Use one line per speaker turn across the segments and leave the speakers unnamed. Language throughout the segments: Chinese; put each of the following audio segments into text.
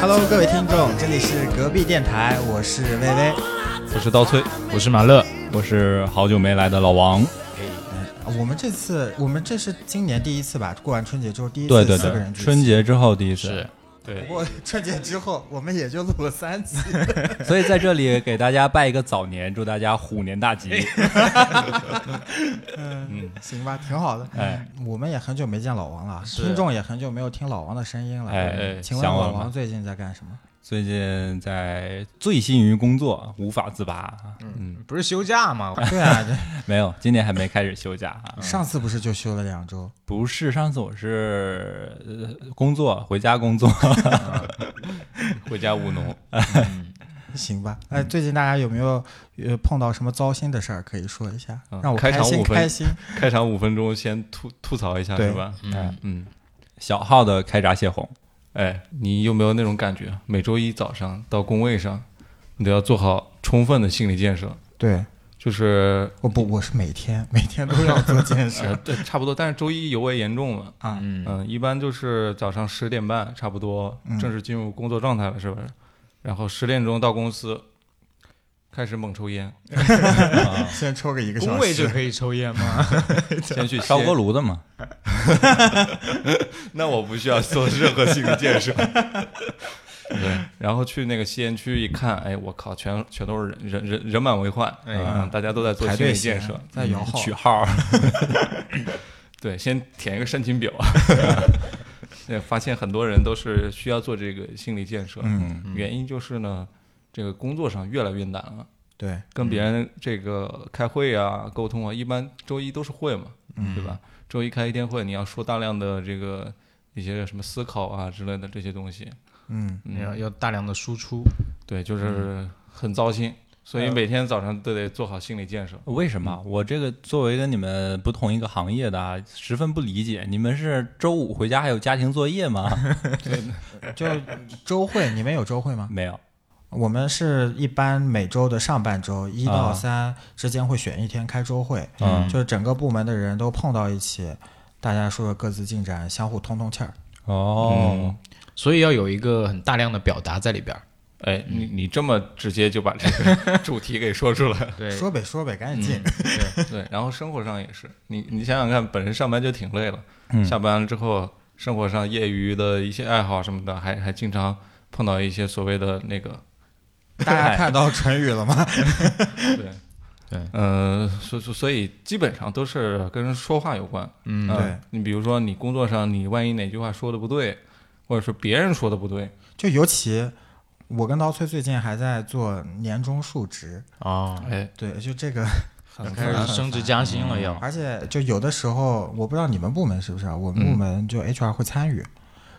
Hello，各位听众，这里是隔壁电台，我是薇薇。
我是刀崔，我是马乐，我是好久没来的老王。
我们这次，我们这是今年第一次吧？过完春节之后第一次
对对
四个人
对，
聚集
春。节之后第一次，
是，对
不，过春节之后，我们也就录了三 期。
所以在这里给大家拜一个早年，祝大家虎年大吉。
嗯，行吧，挺好的。
哎，
我们也很久没见老王了，听众也很久没有听老王的声音了。
哎哎
请问
想我
老
了吗
王最近在干什 么？
最近在醉心于工作，无法自拔。嗯，
不是休假吗？
对啊，这
没有，今年还没开始休假啊。
上次不是就休了两周？
不是，上次我是、呃、工作，回家工作。
回家务农。
行吧，
嗯
哎，最近大家有没有呃碰到什么糟心的事儿可以说一下，
嗯
让我
开
开
场
心
五分
开 心。
开场五分钟，先吐吐槽一下
对
是吧？
嗯，
嗯，
小号的开闸泄洪，
哎，你有没有那种感觉？每周一早上到工位上，你都要做好充分的心理建设，
对，
就是
我哦不，我是每天每天都要做健身
呃，对，差不多。但是周一尤为严重了。
啊，
嗯、一般就是早上十点半，差不多正式进入工作状态了，是不是？然后十点钟到公司，开始猛抽烟，
先抽个一个
嗯工
小
位就
时。
可以抽烟 吗？
先去
烧
歇
锅炉的嘛。
那我不需要做任何心理建设。 对，然后去那个吸烟区一看，哎，我靠，全全都是人人人人满为患，
哎
嗯，大家都在做
排
心
队
理建设，嗯
在摇
嗯
号
取号，
对，先填一个申请 表，对，发现很多人都是需要做这个心理建设，
嗯，
原因就是呢，这个工作上越来越难了，
对，
跟别人这个开会啊、沟通啊，一般周一都是会嘛，对吧？周一开一天会，你要说大量的这个一些什么思考啊之类的这些东西，
嗯，
嗯
要要大量的输出，
对，就是很糟心，所以每天早上都得做好心理建设。
为什
嗯
么？我这个作为跟你们不同一个行业的，啊，十分不理解。你们是周五回家还有家庭作业 吗？
就周会，你们有周会吗？
没有，
我们是一般每周的上半周一到
啊
三之间会选一天开周会，
嗯
就是整个部门的人都碰到一起，大家说说各自进展，相互通通气儿。
哦，
所以要有一个很大量的表达在里边儿。
哎，你你这么直接就把这 个主题给说出来了，
对嗯
说呗说呗，赶紧进。
对。然后生活上也是，你你想想看，本身上班就挺累了，下班了之后，生活上业余的一些爱好什么的，还还经常碰到一些所谓的那个，
大家看到唇语了吗？
对，
对，
呃，所所所以基本上都是跟说话有关。
嗯
啊
对，
你比如说你工作上，你万一哪句话说的不对，或者是别人说的不对，
就尤其我跟刀崔最近还在做年终述职，
哦，
哎，
对，就这个，
开始升职加薪了要。
而且就有的时候，我不知道你们部门是不是啊，我们部门就 HR 会参与，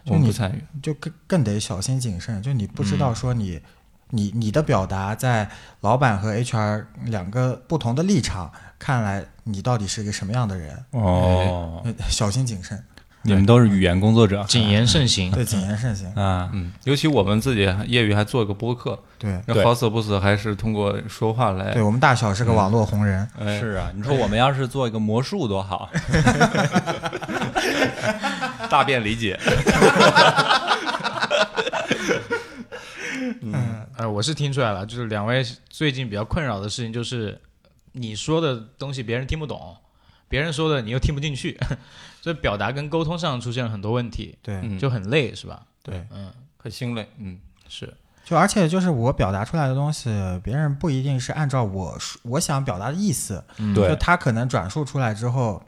我
就
们
你
不参与。
就更更得小心谨慎，就你不知道说你、你你的表达在老板和 HR 两个不同的立场看来，你到底是一个什么样的人，
哦，
哎
呃 小心谨慎，
你们都是语言工作者
谨言慎行，
对，谨言慎行，
啊，
嗯，尤其我们自己还业余还做个播客，
对
那
对
好死不死还是通过说话来
对，。我们大小是个网络红人，
哎，
是啊。你说我们要是做一个魔术多 好，大便理解。
呃，我是听出来了，就是两位最近比较困扰的事情就是，你说的东西别人听不懂，别人说的你又听不进去， 所以表达跟沟通上出现了很多问题，
对。
嗯，
就很累，是吧？
对，
嗯，
很心累。嗯，
是，
就而且就是我表达出来的东西，别人不一定是按照我说我想表达的意思，就
对
他可能转述出来之后，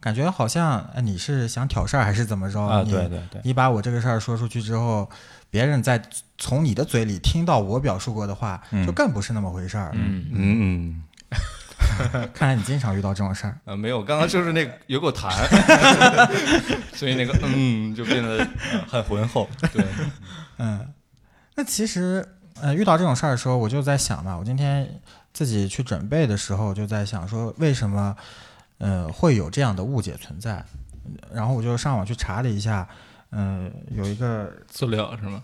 感觉好像哎你是想挑事儿还是怎么着？
啊，
嗯
你
对对对，
你把我这个事儿说出去之后，别人再从你的嘴里听到我表述过的话，
嗯
就更不是那么回事儿。
嗯，
嗯
看来你经常遇到这种事儿
嗯，。呃，没有，刚刚就是那个有口痰， 所以那个嗯就变得
很浑厚。
对，
嗯，那其实呃遇到这种事儿的时候，我就在想嘛，我今天自己去准备的时候，就在想说为什么呃会有这样的误解存在，然后我就上网去查了一下，嗯、有一个
资料是吗？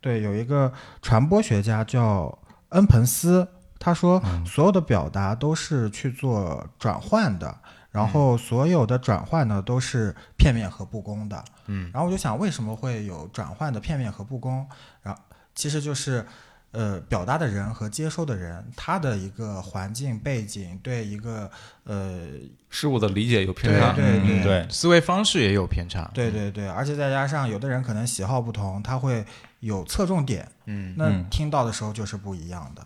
对，有一个传播学家叫恩彭斯，他说所有的表达都是去做转换的，然后所有的转换呢都是片面和不公的。嗯，然后我就想为什么会有转换的片面和不公？然后其实就是呃表达的人和接收的人他的一个环境背景对一个呃
事物的理解有偏
对
差，
对
嗯
对
对，
思维方式也有偏差。
对对对，而且再加上有的人可能喜好不同，他会有侧重点，
嗯，
那
嗯
听到的时候就是不一样的。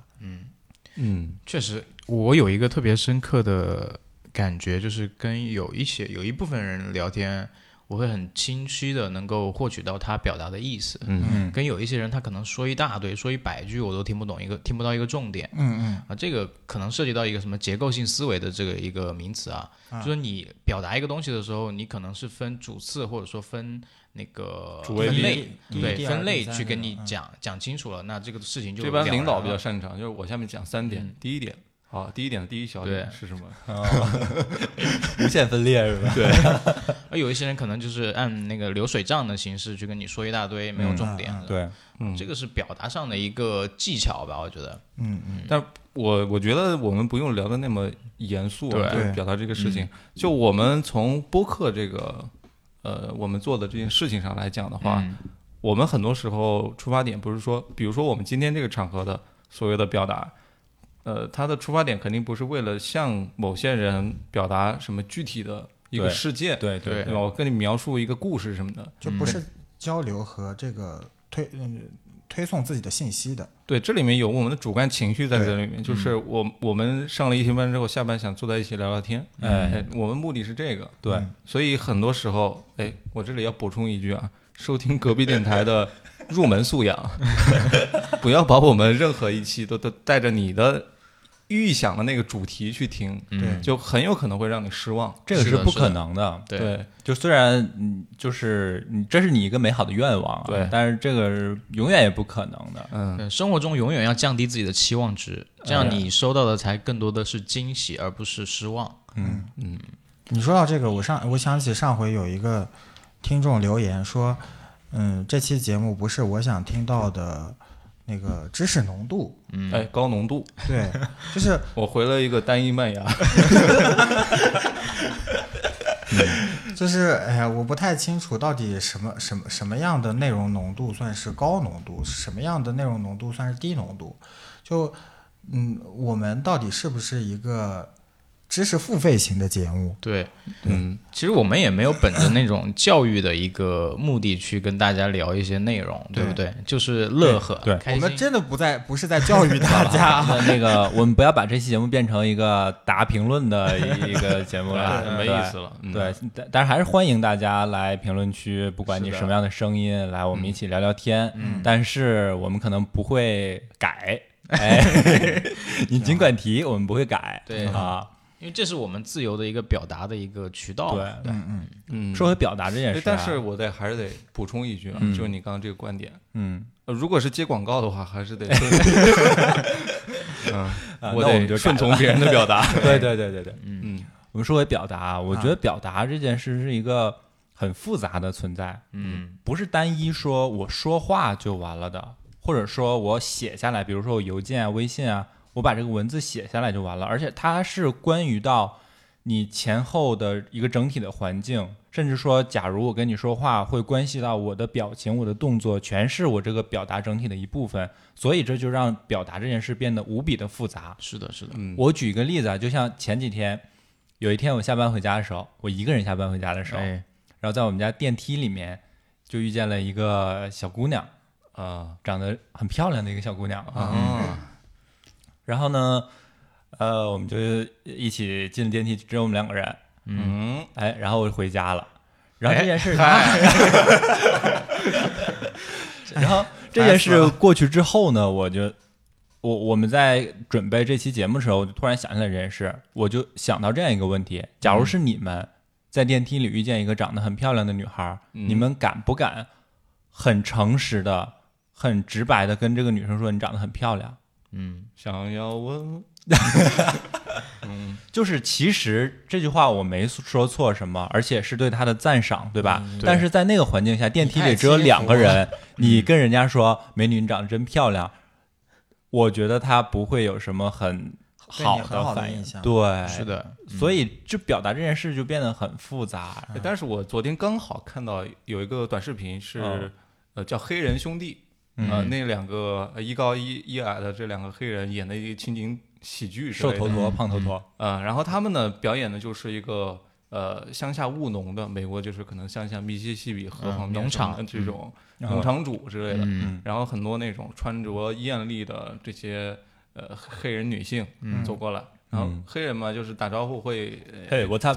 嗯
确实，我有一个特别深刻的感觉，就是跟有一些有一部分人聊天，我会很清晰的能够获取到他表达的意思。
嗯
嗯
跟有一些人，他可能说一大堆，说一百句，我都听不懂一个，听不到一个重点。
嗯
啊，这个可能涉及到一个什么结构性思维的这个一个名词啊，
啊
就是你表达一个东西的时候，你可能是分主次或者说分那个
嗯主谓
分
宾
类，
第一第
对
二
分类
第三
去
这
跟
种
你
嗯
讲讲清楚了，那这个事情就
这般
了
领
然
导比较
了
擅长，就是我下面讲三点
嗯，
第一点，好，第一点的第一小点
对
是什么？
无限分裂是吧？对，
而有一些人可能就是按那个流水账的形式去跟你说一大堆，没有
嗯
重点
嗯
的。
对，
嗯
这个是表达上的一个技巧吧，我觉得。
嗯嗯
我我觉得我们不用聊的那么严肃啊，就
对
是表达这个事
嗯
情。就我们从播客这个，呃，我们做的这件事情上来讲的话，
嗯
我们很多时候出发点不是说，比如说我们今天这个场合的所谓的表达，呃，它的出发点肯定不是为了向某些人表达什么具体的一个
对
事件，
对
对
对吧？我跟你描述一个故事什么的，
就不是交流和这个推嗯推送自己的信息的。
对，这里面有我们的主观情绪在这里面，
对
就是我、我们上了一天班之后，下班想坐在一起聊聊天，
哎
哎，我们目的是这个，
对
嗯
所以很多时候，哎，我这里要补充一句啊，收听隔壁电台的入门素养， 不要把我们任何一期都都带着你的预想的那个主题去听，
对
就很有可能会让你失望。
这个
是
是
的
不
是
可
的
能的。
对
对
就虽然嗯，就是你这是你一个美好的愿望啊，
对
但是这个是永远也不可能的。
嗯，
嗯，生活中永远要降低自己的期望值，这样你收到的才更多的是惊喜，而不是失望。
嗯
你说到这个，我上我想起上回有一个听众留言说，嗯，这期节目不是我想听到的那个知识浓度，
哎，高浓度，
对，就是
我回了一个单一麦芽，
就是，哎呀，我不太清楚到底什么什么什么样的内容浓度算是高浓度，什么样的内容浓度算是低浓度。就，嗯，我们到底是不是一个知识付费型的节目？
对，
嗯，
其实我们也没有本着那种教育的一个目的去跟大家聊一些内容，对不对？就是乐呵，
对
开
我
心
们真的不在不是在教育 大家，
嗯
那那个，我们不要把这期节目变成一个答评论的 一一个节目了，
没意思了。
啊对。
嗯，
对，但但是还是欢迎大家来评论区，不管你什么样的声音，来我们一起聊聊天。嗯，但是我们可能不会 改，哎， 你尽管提，我们不会改。
对
啊，
因为这是我们自由的一个表达的一个渠道嘛。
对。
嗯嗯，
嗯，
说回表达这件
哎
事啊，
但是我得还是得补充一句啊，就是你刚刚这个观点，
嗯，
呃如果是接广告的话，还 是得顺，
啊
我
那我们
得
就
顺
改
从别人的表达。
对对对对对，
嗯，
我们说回表达，我
啊
觉得表达这件事是一个很复杂的存在，
嗯，
不是单一说我说话就完了的，或者说我写下来，比如说我邮件啊、微信啊，我把这个文字写下来就完了，而且它是关于到你前后的一个整体的环境，甚至说，假如我跟你说话，会关系到我的表情、我的动作，全是我这个表达整体的一部分，所以这就让表达这件事变得无比的复杂。
是的，是的，
嗯，
我举一个例子啊，就像前几天，有一天我下班回家的时候，我一个人下班回家的时候，
哎，
然后在我们家电梯里面就遇见了一个小姑娘，
啊
长得很漂亮的一个小姑娘。
啊，
然后呢，呃，我们就一起进电梯，只有我们两个人。
嗯，
哎，然后我就回家了。然后这件事，然后这件事过去之后呢，我就我我们在准备这期节目的时候，我就突然想起来这件事，我就想到这样一个问题：假如是你们在电梯里遇见一个长得很漂亮的女孩，
嗯
你们敢不敢很诚实的、很直白的跟这个女生说你长得很漂亮？
嗯，
想要问，
就是其实这句话我没说错什么，而且是对她的赞赏，对吧？
嗯
但是在那个环境下，电梯里只有两个人，你跟人家说“美女，你长得真漂亮”，我觉得她不会有什么很好
对你很好的
反应
印。象嗯
对，
是。的，
所以就表达这件事就变得很复杂。
哎但是我昨天刚好看到有一个短视频是
嗯
呃叫黑人兄弟，呃，
嗯
那两个呃一高一一矮的这两个黑人演的一个情景喜剧之
瘦
类的，
头陀、胖头陀，
呃，然后他们呢表演的就是一个呃乡下务农的美国，就是可能乡下密西西比河
嗯
旁边
农场
什么的这种
嗯
农场主之类的，
嗯
然后很多那种穿着艳丽的这些呃黑人女性
嗯
走过来，然后黑人嘛就是打招呼会
嗯
呃
嘿，我操，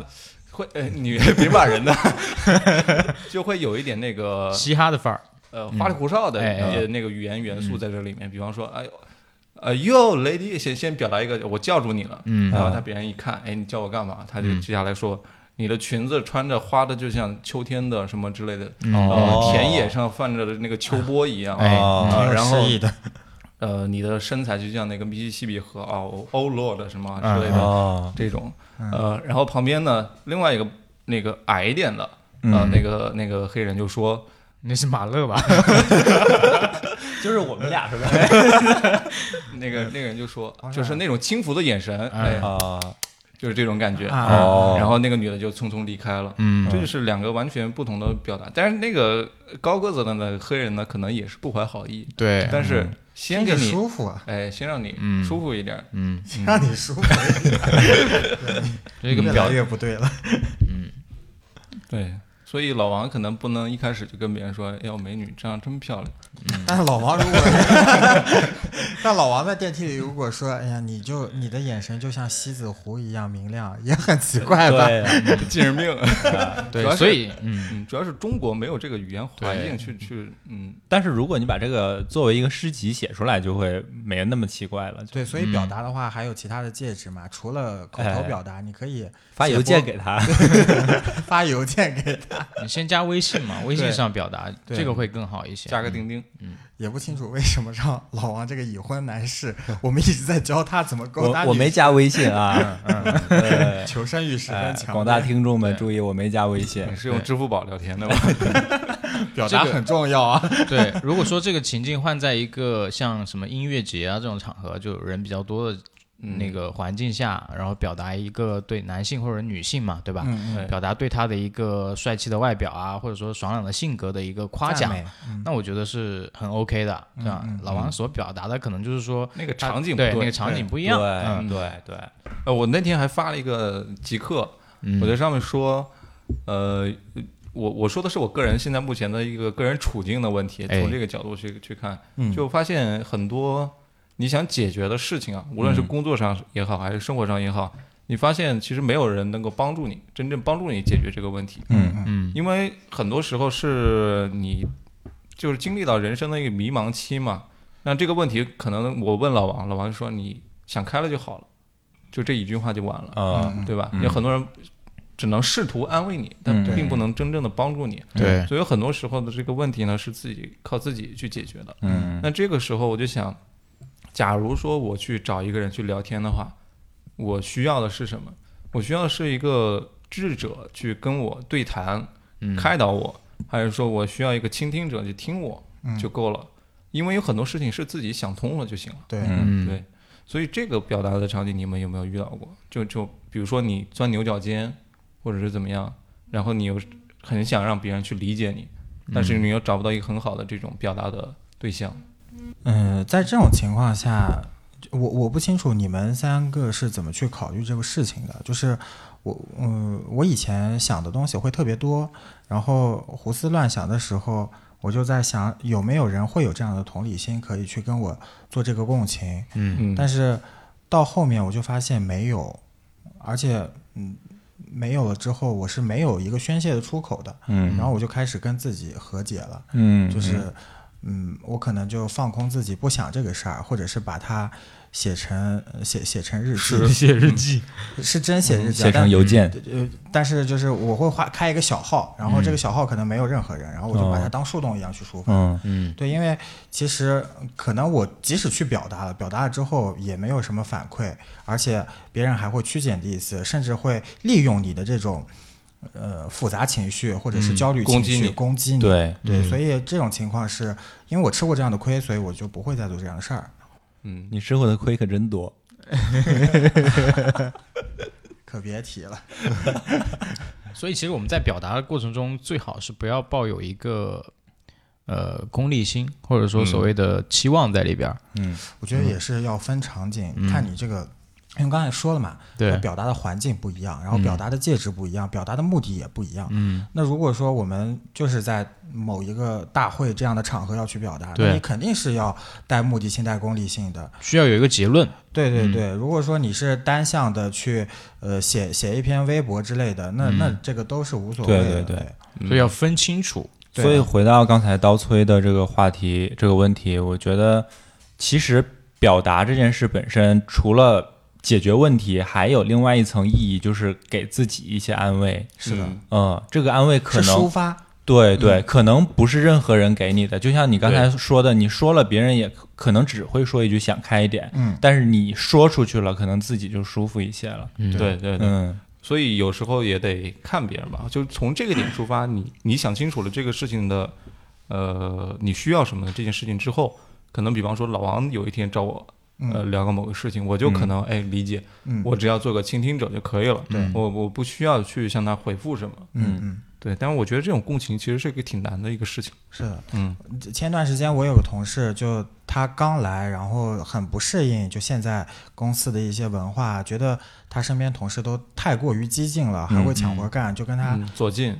会呃你别骂人的， 就会有一点那个
嘻哈的范儿，
呃花里胡哨的
哎哎嗯
呃那个语言元素在这里面，比方说哎呦。呃，Yo lady，先先表达一个，我叫住你了，
嗯
然后他别人一看，哎，你叫我干嘛？他就接下来说，你的裙子穿着花的，就像秋天的什么之类的，
哦
嗯
呃，田野上泛着的那个秋波一样，
哎
哦
挺有
然后
诗意的，
呃，你的身材就像那个密西西比河啊，欧罗的什么之类的
哦，
这种，呃，然后旁边呢，另外一个那个矮一点的，呃，
嗯
那个那个黑人就说，
那是马勒吧？
就是我们俩是吧？
那个那个人就说，就是嗯哦那种轻浮的眼神，
嗯
哎，
啊，
就是这种感觉，
啊
哦
嗯然后那个女的就匆匆离开了。
嗯
这就是两个完全不同的表达，但是那个高个子的呢，黑人呢，可能也是不怀好意，
对，
但是先
听
给
着
嗯你，
舒服啊，
哎，先让你
嗯
舒服一点，
嗯，
让你舒服，
这个
越
表
来越不嗯对了。
对，所以老王可能不能一开始就跟别人说，哎呦，美女这样真漂 亮，
但是老王如果，但老王在电梯里如果说，哎呀，你就你的眼神就像西子湖一样明亮，也很奇怪吧？
对，
精神病。主要
对，
是
所以 嗯，
嗯，主要是中国没有这个语言环境去去，嗯，
但是如果你把这个作为一个诗集写出来，就会没那么奇怪了。就
对，所以
嗯
表达的话还有其他的介质嘛？除了口头表达，你可以
哎发邮件给 他，
发邮件给他，
你先加微信嘛，微信
对
上表达
对
这个会更好一些。
加 个钉钉，
也不清楚为什么让老王这个已婚男 士，我们一直在教他怎么勾搭
我我
女
没
性
加微信
嗯
啊。 对
求生欲十
哎
分强烈，
广大听众们注意，我没加微信。
你是用支付宝聊天的吗？
表达很重要啊。
对，如果说这个情境换在一个像什么音乐节啊这种场合，就人比较多的
嗯
那个环境下，然后表达一个对男性或者女性嘛，对吧？
嗯
表达对他的一个帅气的外表啊，或者说爽朗的性格的一个夸奖，那我觉得是很 OK 的，对吧？老王所表达的可能就是说
那个
他
场景不
对
对
那个场景不一
对
样，
对
嗯
对对，
呃，我那天还发了一个极客，
嗯
我在上面说，呃，我我说的是我个人现在目前的一个个人处境的问题，
哎
从这个角度去去看，
嗯
就发现很多你想解决的事情啊，无论是工作上也好，还是生活上也好，你发现其实没有人能够帮助你，真正帮助你解决这个问题，
嗯
嗯
因为很多时候是你就是经历到人生的一个迷茫期嘛。那这个问题可能我问老王，老王说你想开了就好了，就这一句话就完了。
嗯
啊，
对吧？有很多人只能试图安慰你，但
嗯
并不能真正的帮助你。
对
所以有很多时候的这个问题呢，是自己靠自己去解决的。
嗯
那这个时候我就想，假如说我去找一个人去聊天的话，我需要的是什么？我需要的是一个智者去跟我对谈，开导我，还是说我需要一个倾听者去听我就够了？因为有很多事情是自己想通了就行了。
对，
嗯
对，所以这个表达的场景你们有没有遇到过？就就比如说你钻牛角尖，或者是怎么样，然后你又很想让别人去理解你，但
嗯
是你又找不到一个很好的这种表达的对象。
嗯，在这种情况下，我我不清楚你们三个是怎么去考虑这个事情的。就是我，嗯，我以前想的东西会特别多，然后胡思乱想的时候，我就在想有没有人会有这样的同理心，可以去跟我做这个共情。
嗯
但是到后面我就发现没有，而且嗯，没有了之后，我是没有一个宣泄的出口的。
嗯
然后我就开始跟自己和解了。
嗯
就是，嗯，我可能就放空自己，不想这个事儿，或者是把它写成呃写写成日记，嗯
写日记，
是真写日记啊，
嗯写成
但
邮件，
呃，但是就是我会花开一个小号，然后这个小号可能没有任何人，然后我就把它当树洞一样去抒发。
嗯
嗯
对，因为其实可能我即使去表达了，表达了之后也没有什么反馈，而且别人还会曲解你的意思，甚至会利用你的这种呃复杂情绪或者是焦虑
嗯攻
情
击
绪、
你嗯
攻击你。
对
对，所以这种情况是因为我吃过这样的亏，所以我就不会再做这样的事儿。
嗯，
你吃过的亏可真多。
可别提了，
所以其实我们在表达的过程中，最好是不要抱有一个呃功利心，或者说所谓的期望在里边儿。
嗯
我觉得也是要分场景，
嗯
看你这个，因为刚才也说了嘛，它
对，
表达的环境不一样，然后
嗯
表达的介质不一
嗯
样，表达的目的也不一样。
嗯，
那如果说我们就是在某一个大会这样的场合要去表达，那
对
你肯定是要带目的性、带功利性的。
需要有一个结论。
对对对，
嗯
如果说你是单向的去呃写写一篇微博之类的，那、那这个都是无所谓
嗯对
的。
对对
嗯
所以要分清楚。
对啊
所以回到刚才刀崔的这个话题这个问题，我觉得其实表达这件事本身，除了解决问题，还有另外一层意义，就是给自己一些安慰。
是的，
嗯
嗯，这个安慰可
是嗯抒
能
发。
对对，可能不是任何人给你的。就像你刚才说的，你说了，别人也可能只会说一句“想开一点”，
嗯，
但是你说出去了，可能自己就舒服一些了。
嗯，
对对 对，
嗯，
所以有时候也得看别人吧，就从这个点出发，你你想清楚了这个事情的，呃，你需要什么的这件事情之后，可能比方说老王有一天找我呃
嗯
聊个某个事情，我就可能哎理解，
嗯，
我只要做个倾听者就可以了，
对
我我不需要去向他回复什么，
嗯嗯
对，但是我觉得这种共情其实是一个挺难的一个事情，
是的。
嗯
前段时间我有个同事，就他刚来，然后很不适应，就现在公司的一些文化，觉得他身边同事都太过于激进了，还会抢活干，就跟他、
嗯，左近，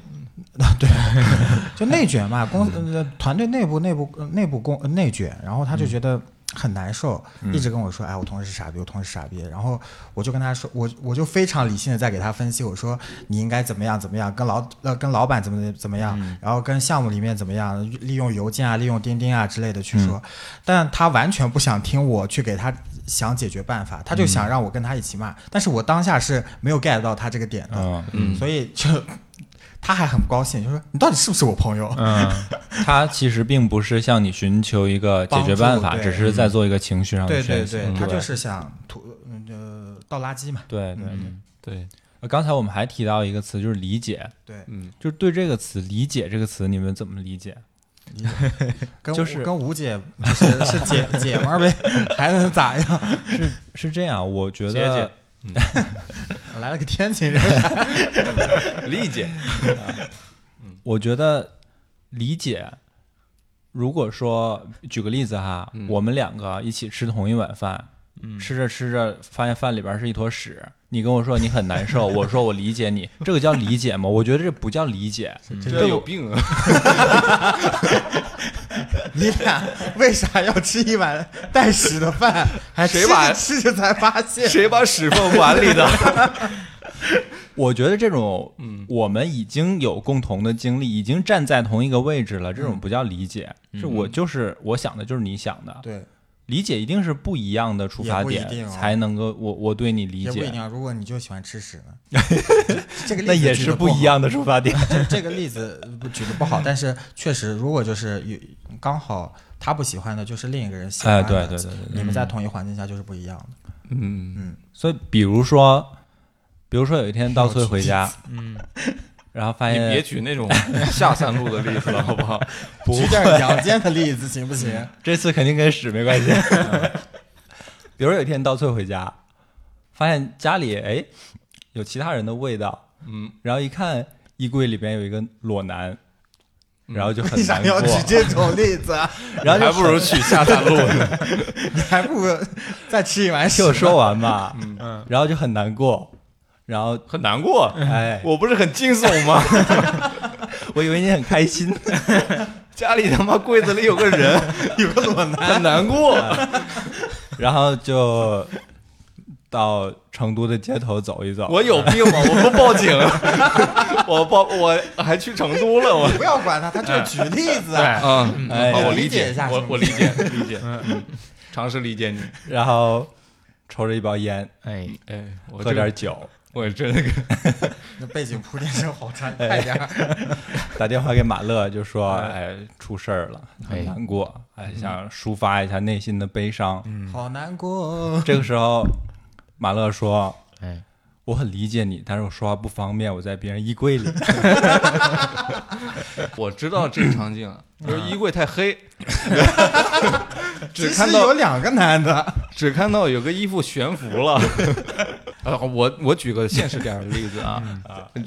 就内卷嘛，公、呃、团队内部内部、呃内部公、呃内卷，然后他就觉得很难受，一直跟我说，哎，我同事是傻逼，我同事是傻逼，然后我就跟他说，我我就非常理性的在给他分析，我说你应该怎么样怎么样，跟老呃跟老板怎么怎么样，然后跟项目里面怎么样，利用邮件啊，利用钉钉啊之类的去说，但他完全不想听我去给他想解决办法，他就想让我跟他一起骂，但是我当下是没有 get 到他这个点的，
嗯
嗯，
所以就。他还很不高兴，就说你到底是不是我朋友？
嗯，他其实并不是向你寻求一个解决办
帮
法，
助对
只是在做一个情绪上的
对对
宣泄。
对，
嗯
他
对
就是想吐嗯呃倒垃圾嘛。
对对对。
嗯
对，
呃刚才我们还提到一个词，就是理解，
对，
嗯，
就是对这个词“理解”这个词，你们怎么理解？
跟
就是
吴跟吴姐 是是姐 姐们儿呗，还能咋样？
是是这样，我觉
姐
得
姐
来了个天津人，
理解，
我觉得理解，如果说举个例子哈，
嗯
我们两个一起吃同一碗饭，
嗯
吃着吃着发现饭里边是一坨屎，你跟我说你很难受，我说我理解你，这个叫理解吗？我觉得这不叫理解，
这有病啊，
你俩为啥要吃一 碗带屎的饭？还
谁
吃着
把
吃着才发现？
谁把屎放碗里的？
我觉得这种，
嗯
我们已经有共同的经历，已经站在同一个位置了，这
嗯
种不叫理解，是我就是我想的，就是你想的，
对，
理解一定是不一样的出发
也不一定
点，
哦
才能够我我对你理
也不一
解，
定啊。如果你就喜欢吃屎呢， 这这个例
那
子
也
举
是
得不
不一
好。
样的出发点。
这这个例子不举的不好，但是确实，如果就是有刚好他不喜欢的，就是另一个人喜欢
哎，
的，
对对对对。
你们在同一环境下就是不一样的。
嗯
所以，比如说，比如说有一天刀崔回家，
嗯，
然后发
你别
现
举那种下三路的例子了，好不 好？
举点儿阳间的例子行不行？
这次肯定跟屎没关系。 比如有一天刀崔回家，发现家里哎有其他人的味道，
嗯，
然后一看衣柜里边有一个裸男，然后就很
为啥
难
要
过
举，这种例子啊？
然后就
还不如去下三路呢。
你还不如再吃一碗屎
听我。说完吧，
嗯，
然后就很难过，然后
很难过，
哎，
我不是很惊悚 吗？
我以为你很开心，
家里他妈柜子里有个人，
有个裸男，
很难过。
然后就到成都的街头走一走，
我有病吗？我不报警， 我报我还去成都了，我
不要管他，他就是举例子啊。
对，
啊，
哎
好我
理解
解
一下
我
是吗
我理解理解，嗯，尝试理解你。
然后抽着一包烟，
哎，
哎，我
喝
这
点，酒，
我真的
那背景铺垫声好长，快点儿。
打电话给马乐，就说：“
哎嗯
哎，出事儿了，
哎
很难过，哎，想抒发一下内心的悲伤。
好难过”。
这个时候，马乐说
哎，：“
我很理解你，但是我说话不方便，我在别人衣柜 里。
我知道这个场景 啊，就是衣柜太黑，只
其
看
实
到
有两个男的，
只看到有个衣服悬浮了。 啊，我我举个现实点儿的例子啊，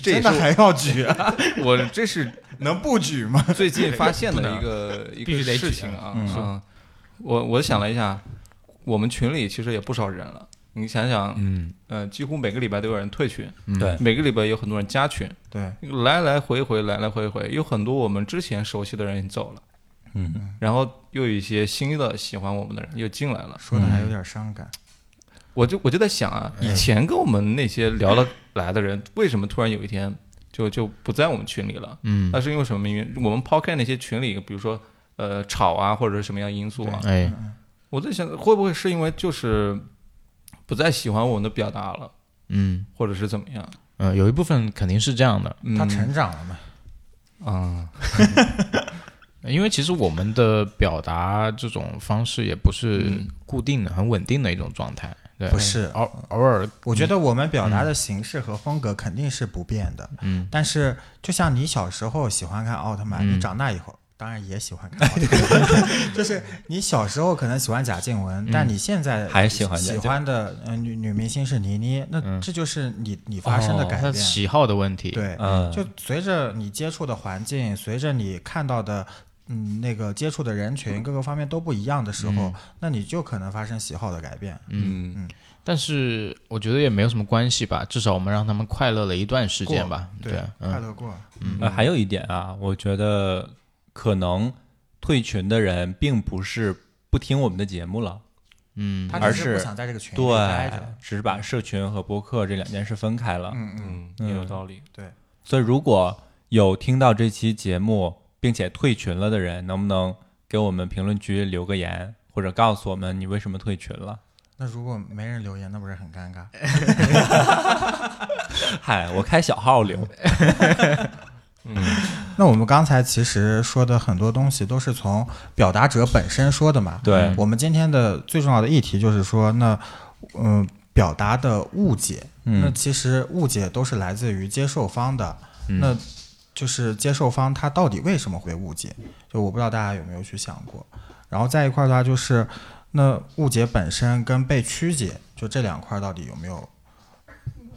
这也
真
是
的还要举啊？
我这是
能不举吗？
最近发现的一 个一
必须
个
得
事
举
情啊，
嗯
嗯，我我想了一下，我们群里其实也不少人了，你想想，
嗯，
呃，几乎每个礼拜都有人退群，
对，
每个礼拜有很多人加群，
对，
来来回回，来来回回，有很多我们之前熟悉的人走了，
嗯，
然后又有一些新的喜欢我们的人又进来了，
说的还有点伤感。
我就我就在想啊，以前跟我们那些聊得来的人，为什么突然有一天就就不在我们群里了？
嗯，
那是因为什么原因？我们抛开那些群里，比如说呃吵啊，或者是什么样因素啊，
哎，
我在想会不会是因为就是不再喜欢我们的表达了，
嗯
或者是怎么样？
呃，有一部分肯定是这样的，
嗯
他成长了嘛？
啊，
因为其实我们的表达这种方式也不是
嗯
固定的、很稳定的一种状态，对，
不是，
偶偶尔，
我觉得我们表
嗯
达的形式和风格肯定是不变的。
嗯，
但是，就像你小时候喜欢看奥特曼，
嗯
你长大以后当然也喜欢看奥特 曼，就是你小时候可能喜欢贾静雯，但你现在
嗯还喜欢贾
喜
静雯
欢的呃女女明星是倪妮，那
嗯
这就是你你发生的
哦
改
他
变。
喜好的问题，，
对，
嗯，
就随着你接触的环境，随着你看到的。嗯，那个接触的人
嗯
群各个方面都不一样的时候，
嗯
那你就可能发生喜好的改变。
嗯
但是我觉得也没有什么关系吧，至少我们让他们快乐了一段时间吧，
对，
啊
快
嗯，
乐过。
呃，还有一点啊，我觉得可能退群的人并不是不听我们的节目了，
嗯，
他
而
只是不
是
想在这个群里待
对
哎着。，
只是把社群和播客这两件事分开了。
嗯嗯，
嗯，也有道理。
对，
所以，如果有听到这期节目并且退群了的人，能不能给我们评论区留个言，或者告诉我们你为什么退群了？
那如果没人留言，那不是很尴尬？
嗨，我开小号留。
那我们刚才其实说的很多东西都是从表达者本身说的嘛。
对，
我们今天的最重要的议题就是说，那嗯、表达的误解，那
嗯
其实误解都是来自于接受方的。那就是接受方他到底为什么会误解？就我不知道大家有没有去想过。然后在一块儿的话，就是那误解本身跟被曲解，就这两块儿到底有没有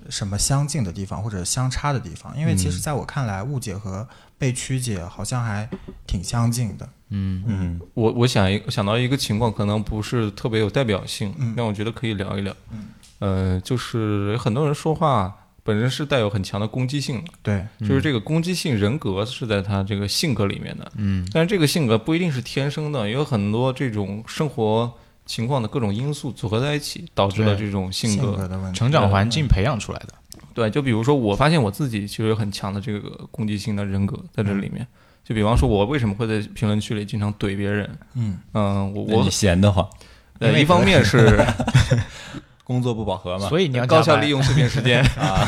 什么相近的地方或者相差的地方？因为其实
嗯
在我看来，误解和被曲解好像还挺相近的。
嗯
嗯
我我想一想到一个情况，可能不是特别有代表性，
嗯
但我觉得可以聊一聊。呃，就是很多人说话本身是带有很强的攻击性的，
对，
就是这个攻击性人格是在他这个性格里面的。
嗯
但是这个性格不一定是天生的，也有很多这种生活情况的各种因素组合在一起，导致了
对
这种性
性
格。
的问题，
成长环境培养出来的，
对，就比如说，我发现我自己其实有很强的这个攻击性的人格在这里面。就比方说，我为什么会在评论区里经常怼别人？
嗯，
嗯，我
我
我
闲得慌，
呃，一方面是
工作不饱和嘛。
所以你要
高
加
效
班
利用碎片时间 啊，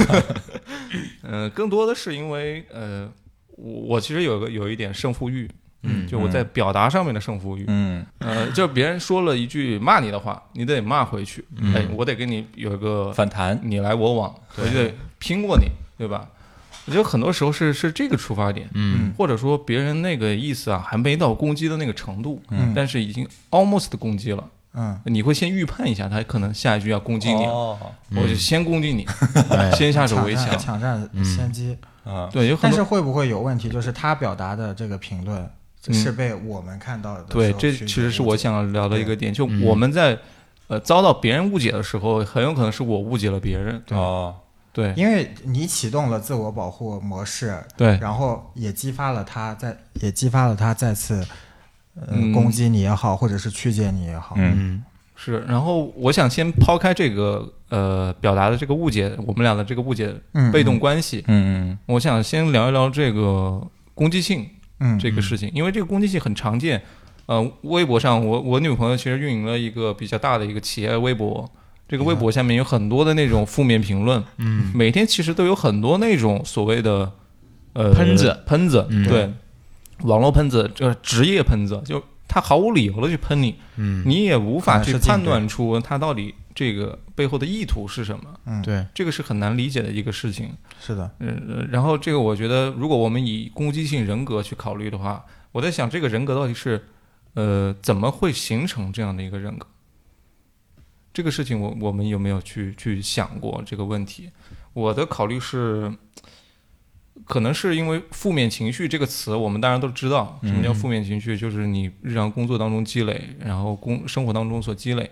嗯，更多的是因为呃，我我其实有个有一点胜负欲，
嗯
就我在表达上面的胜负欲，
嗯
呃，就是别人说了一句骂你的话，你得骂回去，
嗯
哎，我得给你有一个
反弹，
你来我往，我就得拼过你，对吧？我觉得很多时候是是这个出发点，
嗯，
或者说别人那个意思啊，还没到攻击的那个程度，
嗯
但是已经 almost 攻击了，
嗯，
你会先预判一下他可能下一句要攻击你了，
哦，
我就先攻击你，
哎
先下手
抢
为
占
强。
抢占先机。
啊，
对，嗯有很
但是
多
会不会有问题？就是他表达的这个评论
嗯
是被我们看到的时候
对，
去误
这
解，
其实是我想聊的一个点，就我们在呃遭到别人误解的时候，很有可能是我误解了别人。
哦，
对
因为你启动了自我保护模式，
对
然后也激发了他再也激发了他再次呃、
嗯
攻击你也好，或者是曲解你也好，
嗯
嗯
是。然后我想先抛开这个呃表达的这个误解，我们俩的这个误解
嗯
被动关系，
嗯
我想先聊一聊这个攻击性
嗯
这个事情，因为这个攻击性很常见。呃，微博上我我女朋友其实运营了一个比较大的一个企业微博，这个微博下面有很多的那种负面评论，
嗯，
每天其实都有很多那种所谓的呃
喷子
喷子，
嗯
对，网络喷子，这职业喷子，就他毫无理由的去喷你，
嗯
你也无法
可能
去
是竞
判断出他到底这个背后的意图是什么，
嗯，
对，
这个是很难理解的一个事情。
是的，
嗯，然后这个我觉得，如果我们以攻击性人格去考虑的话，我在想这个人格到底是，呃，怎么会形成这样的一个人格？这个事情我我们有没有去去想过这个问题？我的考虑是，可能是因为负面情绪这个词，我们当然都知道，什么叫负面情绪，就是你日常工作当中积累，然后工生活当中所积累，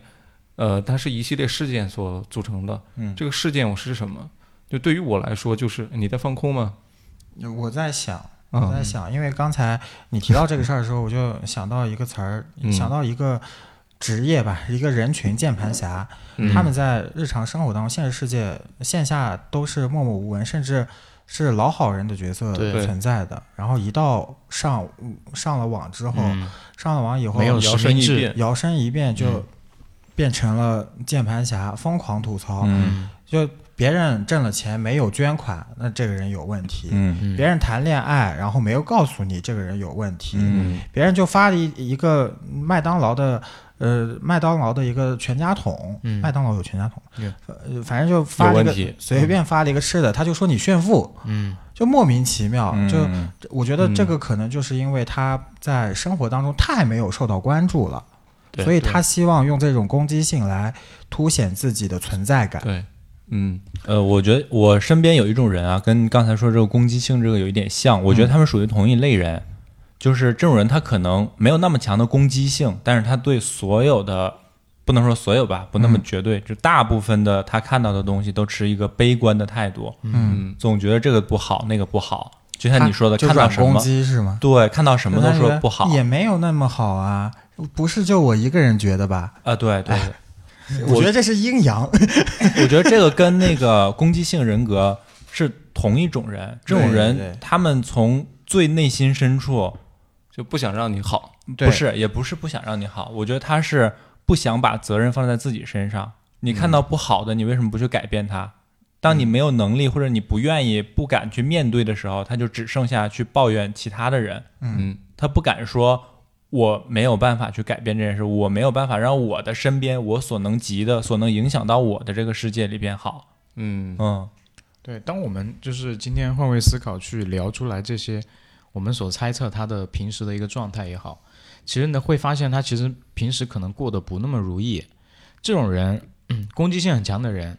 呃，它是一系列事件所组成的。
嗯
这个事件我是什么？就对于我来说，就是哎你在放空吗？
我在想，
嗯
我在想，因为刚才你提到这个事儿的时候，我就想到一个词儿，
嗯
想到一个职业吧，一个人群，键盘侠，
嗯
他们在日常生活当中、现实世界线下都是默默无闻，甚至是老好人的角色
对
存在的。然后一到上上了网之后，
嗯
上了网以后，
没有
摇
实
身
名
一
制，
变，
摇身一变就变成了键盘侠，疯狂吐槽，
嗯
就别人挣了钱没有捐款，那这个人有问题。
嗯
嗯
别人谈恋爱，然后没有告诉你这个人有问题，
嗯
别人就发了一一个麦当劳的，呃，麦当劳的一个全家桶，
嗯
麦当劳有全家桶，
对
呃，反正就发
有
了一
问
个
嗯
题
随便发了一个吃的，他就说你炫富，
嗯
就莫名其妙，
嗯
就
嗯
我觉得这个可能就是因为他在生活当中太没有受到关注了，
对
所以他希望用这种攻击性来凸显自己的存在感。
对，嗯
呃，我觉得我身边有一种人啊，跟刚才说这个攻击性这个有一点像，我
嗯
觉得他们属于同一类人，就是这种人他可能没有那么强的攻击性，但是他对所有的不能说所有吧，不那
嗯
么绝对，就大部分的他看到的东西都持一个悲观的态度，
嗯，
总觉得这个不好那个不好，就像
他
你说的，
就
看到
软
什
攻
么
击是吗？
对，看到什么都说不好
也没有那么好啊，不是就我一个人觉得吧？
啊，对对。
哎
对
我觉得这是阴阳，
我觉得这个跟那个攻击性人格是同一种人，这种人
对对
他们从最内心深处
就不想让你好，
对
不是，也不是不想让你好，我觉得他是不想把责任放在自己身上。你看到
嗯
不好的，你为什么不去改变它？当你没有能力或者你不愿意、不敢去面对的时候，他就只剩下去抱怨其他的人，
嗯
他不敢说。我没有办法去改变这件事，我没有办法让我的身边我所能及的、所能影响到我的这个世界里变好。
嗯
嗯
对，当我们就是今天换位思考去聊出来这些，我们所猜测他的平时的一个状态也好，其实呢会发现他其实平时可能过得不那么如意。这种人， 嗯，攻击性很强的人，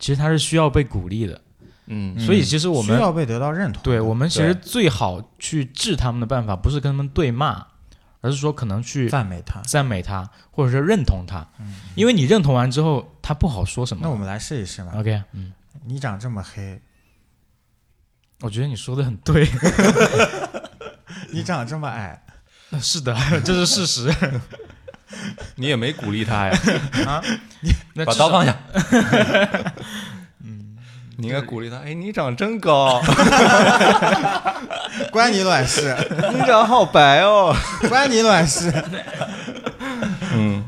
其实他是需要被鼓励的。
嗯
所以其实我
需
们
要被得到认同。
对我们其
对
实最好去治他们的办法，不是跟他们对骂，而是说可能去
赞美他。
赞美他，或者是认同他，因为你认同完之后，他不好说什么。
那我们来试一试嘛。
OK，嗯，
你长这么黑，
我觉得你说的很对，
你长这么矮，
是的， 这是事实。
你也没鼓励他呀，
那
把
至
刀
少
放下。
你应该鼓励他，哎，你长真 高，
关你卵事，
你长好白哦，
关你卵事。
嗯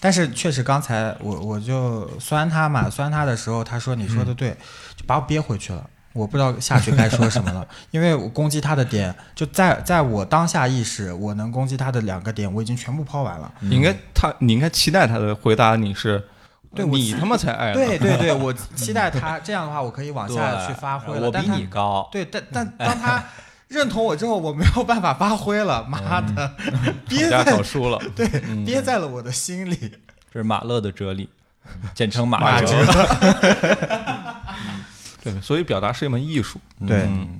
但是确实，刚才我我就酸他嘛，酸他的时候，他说你说的对，就把我憋回去了。我不知道下去该说什么了，因为我攻击他的点就在在我当下意识，我能攻击他的两个点，我已经全部抛完了。
你应该他，你应该期待他的回答你是，
对我
你他妈才爱呢，
对对对，我期待他这样的话，我可以往下去发挥了。
我
但
比
他
你高，
对，但但当他认同我之后，我没有办法发挥了，妈的，憋
人家
在
搞输了，
对憋在了我的心里。
这是马勒的哲理，简称马
马
哲。
对，所以表达是一门艺术，
对
嗯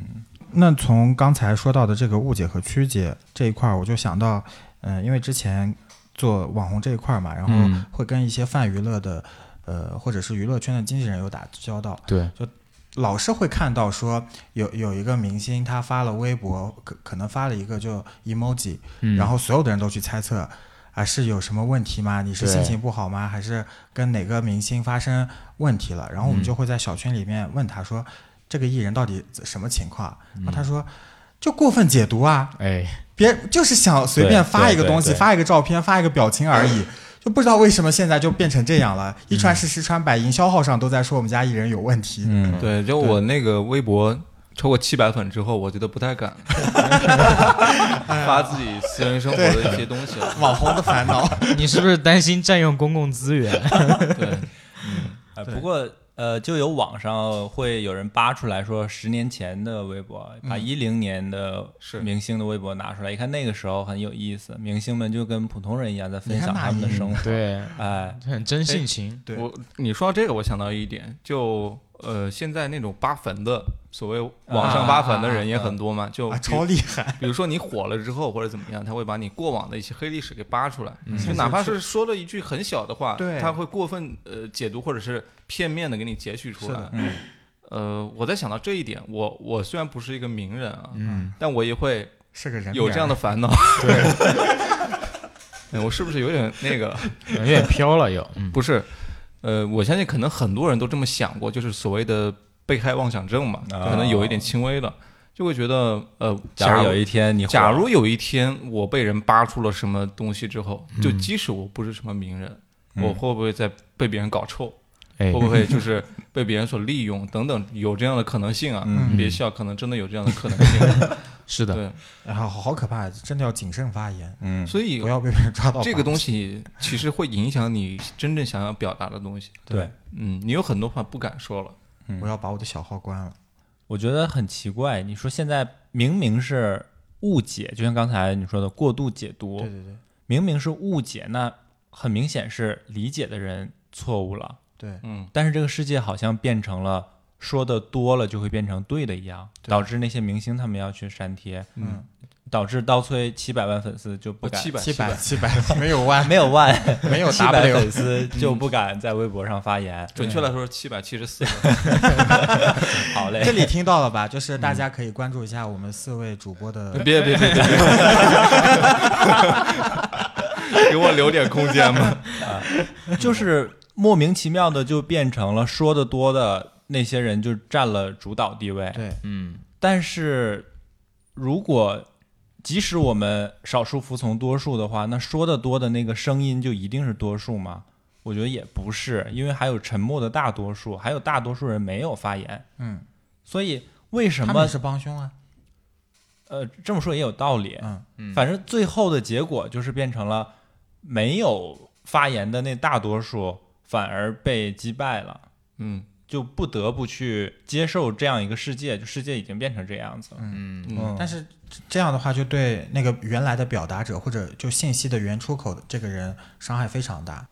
那从刚才说到的这个误解和曲解这一块儿，我就想到，嗯、因为之前做网红这一块儿嘛，然后
嗯
会跟一些泛娱乐的，呃，或者是娱乐圈的经纪人有打交道，
对，
老是会看到说有有一个明星他发了微博，可可能发了一个就 emoji，、
嗯
然后所有的人都去猜测。啊，是有什么问题吗？你是心
对
情不好吗？还是跟哪个明星发生问题了？然后我们
嗯
就会在小圈里面问他说，这个艺人到底什么情况？然后
嗯
他说，就过分解读啊，
哎，
别就是想随便发一个东西，
对嗯对对
发一个照片，发一个表情而已。就不知道为什么现在就变成这样
嗯
了，一传十，十传百，营销号上都在说我们家艺人有问题。
嗯，
对，就我那个微博超过七百粉之后，我觉得不太敢发自己私人生活的一些东西了，
网红的烦恼，
你是不是担心占用公共资源？
对，
哎不过呃，就有网上会有人扒出来说，十年前的微博，
嗯
把一零年的
是
明星的微博拿出来，一看那个时候很有意思，明星们就跟普通人一样在分享
你看那
他们的生活。
嗯
对，
哎，
很真性情。
对
我你说到这个，我想到一点，就呃，现在那种扒坟的，所谓网上扒坟的人也很多嘛，就
啊，
比如
超厉害，
比如说你火了之后或者怎么样，他会把你过往的一些黑历史给扒出来，
嗯
就哪怕是说了一句很小的话，
对
他会过分呃解读或者是片面的给你截取出
是
来
的。
嗯
呃，我在想到这一点，我我虽然不是一个名人啊，
嗯，
但我也会
是个人名儿
有这样的烦恼。对，我是不是有点那个？
哎有点飘了又。嗯
不是，呃，我相信可能很多人都这么想过，就是所谓的被害妄想症嘛，
啊
可能有一点轻微的，就会觉得呃，
假
假
如有一天你火
假
了
如有一天我被人扒出了什么东西之后，就即使我不是什么名人，
嗯
我会不会再被别人搞臭？
哎
会不会就是被别人所利用等等，有这样的可能性啊？
嗯
别笑，可能真的有这样的可能 性。
是的，
对，
啊，好好可怕，真的要谨慎发言，
嗯
所以
不要被别人抓到把柄。
这个东西其实会影响你真正想要表达的东西。
对，
嗯，你有很多话不敢说了。
我要把我的小号关了。
我觉得很奇怪，你说现在明明是误解，就像刚才你说的过度解读，
对对对
明明是误解，那很明显是理解的人错误了。
对，
嗯，
但是这个世界好像变成了说的多了就会变成对的一样，
对
导致那些明星他们要去删帖，
嗯，哦
导致倒催七百万粉丝就不敢
七百
七百七百没有 万，
没有万
没有
七百
W，
粉丝就不敢在微博上发言。
嗯
准确来说七百七十四。
好嘞，
这里听到了吧？
嗯
就是大家可以关注一下我们四位主播的
别别别别 别，给我留点空间吧。
就是莫名其妙的就变成了说的多的那些人就占了主导地位。
对
嗯，
但是如果即使我们少数服从多数的话，那说的多的那个声音就一定是多数吗？我觉得也不是，因为还有沉默的大多数，还有大多数人没有发言，
嗯，
所以为什
他们
么
也是帮凶啊，
呃这么说也有道理？
嗯
反正最后的结果就是变成了没有发言的那大多数反而被击败了。
嗯
就不得不去接受这样一个世界，就世界已经变成这样子了。
嗯
嗯
但
但
是
是这样的话，就对那个原来的表达者或者就信息的原出口的这个人伤害非常大。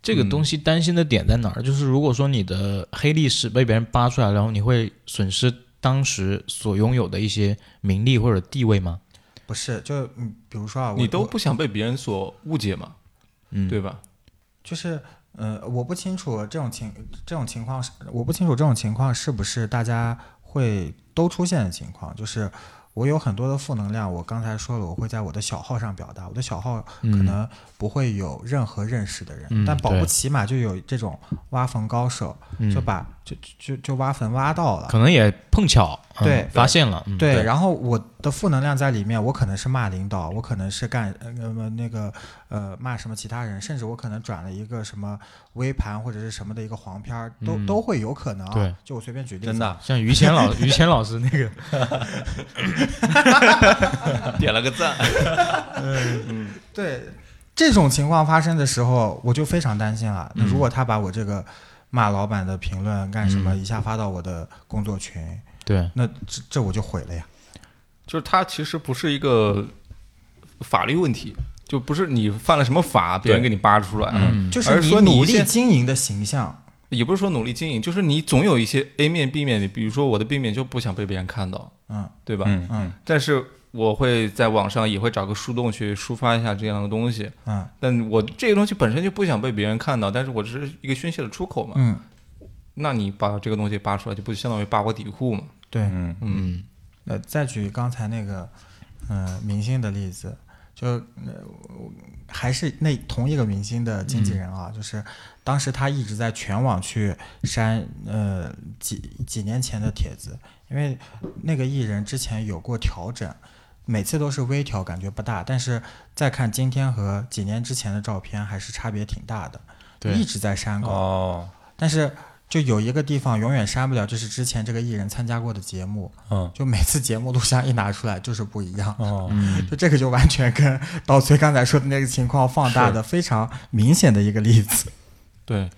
这个东西担心的点在哪儿？就是如果说你的黑历史被别人扒出来，然后你会损失当时所拥有的一些名利或者地位吗？
不是，就嗯，比如说啊，我
你都
我
不想被别人所误解嘛，
嗯，
对，吧？
就是呃，我不清楚这种情这种情况是，我不清楚这种情况是不是大家会都出现的情况。就是我有很多的负能量，我刚才说了，我会在我的小号上表达，我的小号可
嗯
能不会有任何认识的人，
嗯
但保不
对
齐嘛，就有这种挖坟高手，
嗯
就把就就就挖坟挖到了。
可能也碰巧嗯
对
发现了，嗯
对，
对，
然后我的负能量在里面，我可能是骂领导，我可能是干呃呃那个呃骂什么其他人，甚至我可能转了一个什么微盘或者是什么的一个黄片儿，都、
嗯
都会有可能、啊。
对，
就我随便举例子，
真的啊，
像于谦老 于谦老师那个，
点了个赞。
对这种情况发生的时候，我就非常担心了。那如果他把我这个骂老板的评论干什么，
嗯
一下发到我的工作群，
对，
那这这我就毁了呀。
就是它其实不是一个法律问题，就不是你犯了什么法，别人给你扒出来了，
嗯，
就是
而
你
说你
努
现
力经营的形象，
也不是说努力经营，就是你总有一些 A 面 B 面，比如说我的 B 面就不想被别人看到，
嗯
对吧？
嗯
嗯
但是我会在网上也会找个树洞去抒发一下这样的东西，
嗯
但我这个东西本身就不想被别人看到，但是我只是一个宣泄的出口嘛。
嗯，
那你把这个东西扒出来，就不相当于扒我底裤嘛？
对，
嗯
嗯
呃，再举刚才那个，嗯、明星的例子，就、呃、我还是那同一个明星的经纪人啊，就是当时他一直在全网去删呃几几年前的帖子，因为那个艺人之前有过调整，每次都是微调，感觉不大，但是再看今天和几年之前的照片，还是差别挺大的，
对
一直在删稿，
哦，
但是。就有一个地方永远删不了，就是之前这个艺人参加过的节目，
嗯，
就每次节目录像一拿出来就是不一样，
哦，
嗯
就这个就完全跟导崔刚才说的那个情况放大的非常明显的一个例子。
对，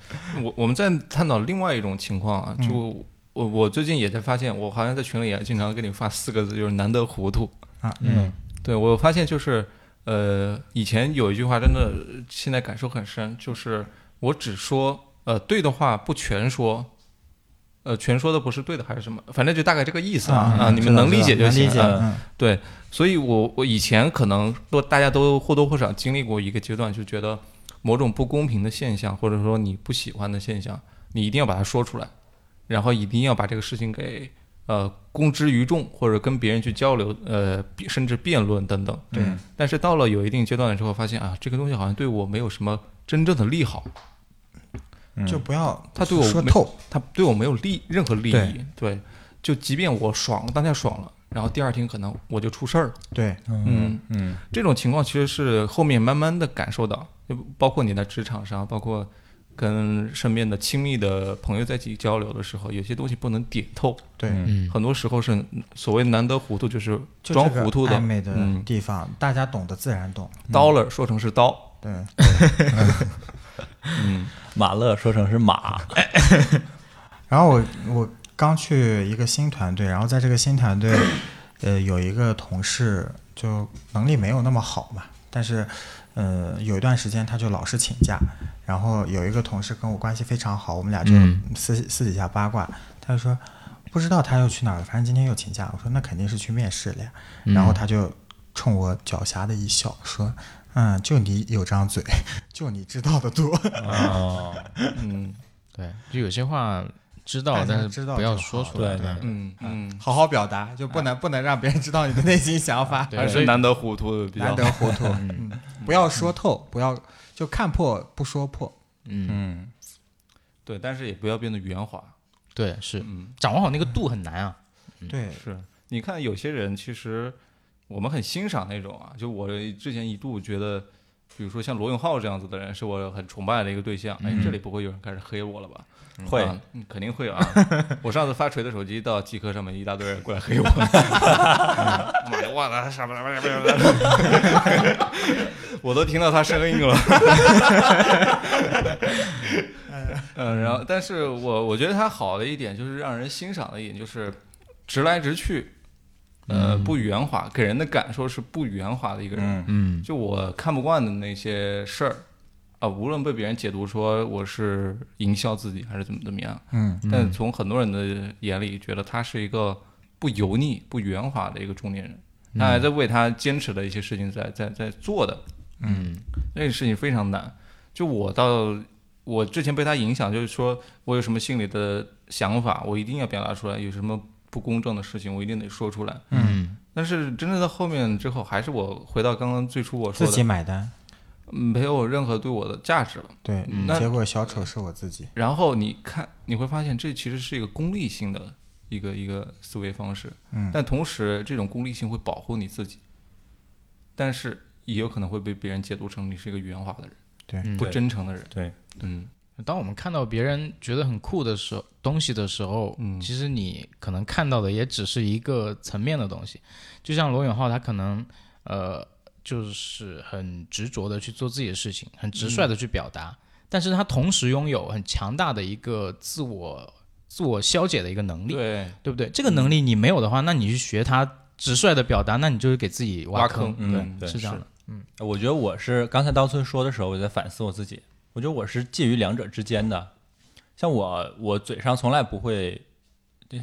我我们在探讨另外一种情况啊，
嗯
就我我最近也在发现，我好像在群里也经常给你发四个字，就是难得糊涂。
啊
嗯
对我发现就是，呃，以前有一句话真的现在感受很深，就是我只说呃对的话不全说，呃，全说的不是对的还是什么，反正就大概这个意思啊
啊
啊，你们能理解就
能
行
理。解，
嗯
嗯
对，所以我我以前可能都大家都或多或少经历过一个阶段，就觉得某种不公平的现象，或者说你不喜欢的现象，你一定要把它说出来，然后一定要把这个事情给呃公之于众，或者跟别人去交流，呃，比甚至辩论等等。
对
嗯
但是到了有一定阶段的时候，发现啊，这个东西好像对我没有什么真正的利好，
嗯
就不要
他对我
说
没
透，
它对我没有利任何利益。
对
对，就即便我爽了，当下爽了，然后第二天可能我就出事儿了。
对，
嗯
嗯
这种情况其实是后面慢慢的感受到，就包括你在职场上，包括跟身边的亲密的朋友在一起交流的时候，有些东西不能点透，
对，
嗯
嗯，
很多时候是所谓难得糊涂，就是
就
装
这个
糊涂的
暧昧的嗯
嗯
地方，大家懂得自然懂，
刀了说成是刀，
对，
嗯，
马勒说成是马，
然后我我刚去一个新团队，然后在这个新团队，呃，有一个同事就能力没有那么好嘛，但是，呃，有一段时间他就老是请假。然后有一个同事跟我关系非常好，我们俩就
嗯
私、私底下八卦，他就说不知道他又去哪儿了，反正今天又请假。我说那肯定是去面试了呀。然后他就冲我狡黠的一笑，说：“嗯，就你有张嘴， 就你知道的多。”
哦，
嗯
对，就有些话知道
大，家
但
知
是
道
不要
就好
说出来。
对对
嗯嗯，
好好表达，就不能、不能让别人知道你的内心想法，
对
还
所
是
以
难得糊涂比
难
较
得糊 涂，嗯，不要说透，不要就看破不说破，
嗯，
嗯，
对，但是也不要变得圆滑，
对，是
嗯，
掌握好那个度很难啊。
对，
是，你看有些人其实我们很欣赏那种啊，就我之前一度觉得，比如说像罗永浩这样子的人，是我很崇拜的一个对象。哎，这里不会有人开始黑我了吧？
会
啊嗯肯定会啊！我上次发锤的手机到极客上面，一大堆人过来黑我，妈的，忘了什么什么什么什么， 我都听到他声音了。嗯，然后，但是我我觉得他好的一点就是让人欣赏的一点就是直来直去，呃，不圆滑，给人的感受是不圆滑的一个人。
嗯
嗯
就我看不惯的那些事儿啊，无论被别人解读说我是营销自己还是怎么怎么样，
嗯，
但从很多人的眼里，觉得他是一个不油腻、不圆滑的一个中年人，他
嗯
还在为他坚持的一些事情在在在做的，
嗯
那个事情非常难。就我到我之前被他影响，就是说我有什么心里的想法，我一定要表达出来；有什么不公正的事情，我一定得说出来。
嗯
但是真正到后面之后，还是我回到刚刚最初我说
自
的，
己买单，
没有任何对我的价值了。
对，
嗯那
结果小丑是我自己，
然后你看，你会发现这其实是一个功利性的一个一个思维方式，
嗯，
但同时这种功利性会保护你自己，但是也有可能会被别人解读成你是一个圆滑的人，
对，
嗯
不真诚的人。
对，
嗯
当我们看到别人觉得很酷的时候，东西的时候，
嗯
其实你可能看到的也只是一个层面的东西。就像罗永浩，他可能呃，就是很执着的去做自己的事情，很
嗯
直率的去表达，但是他同时拥有很强大的一个自我自我消解的一个能力，
对，
对不对？这个能
嗯
力你没有的话，那你去学他直率的表达，那你就是给自己
挖
坑
坑，
嗯对
是这样的。
我觉得我是刚才刀村说的时候，我在反思我自己。我觉得我是介于两者之间的。像我，我嘴上从来不会，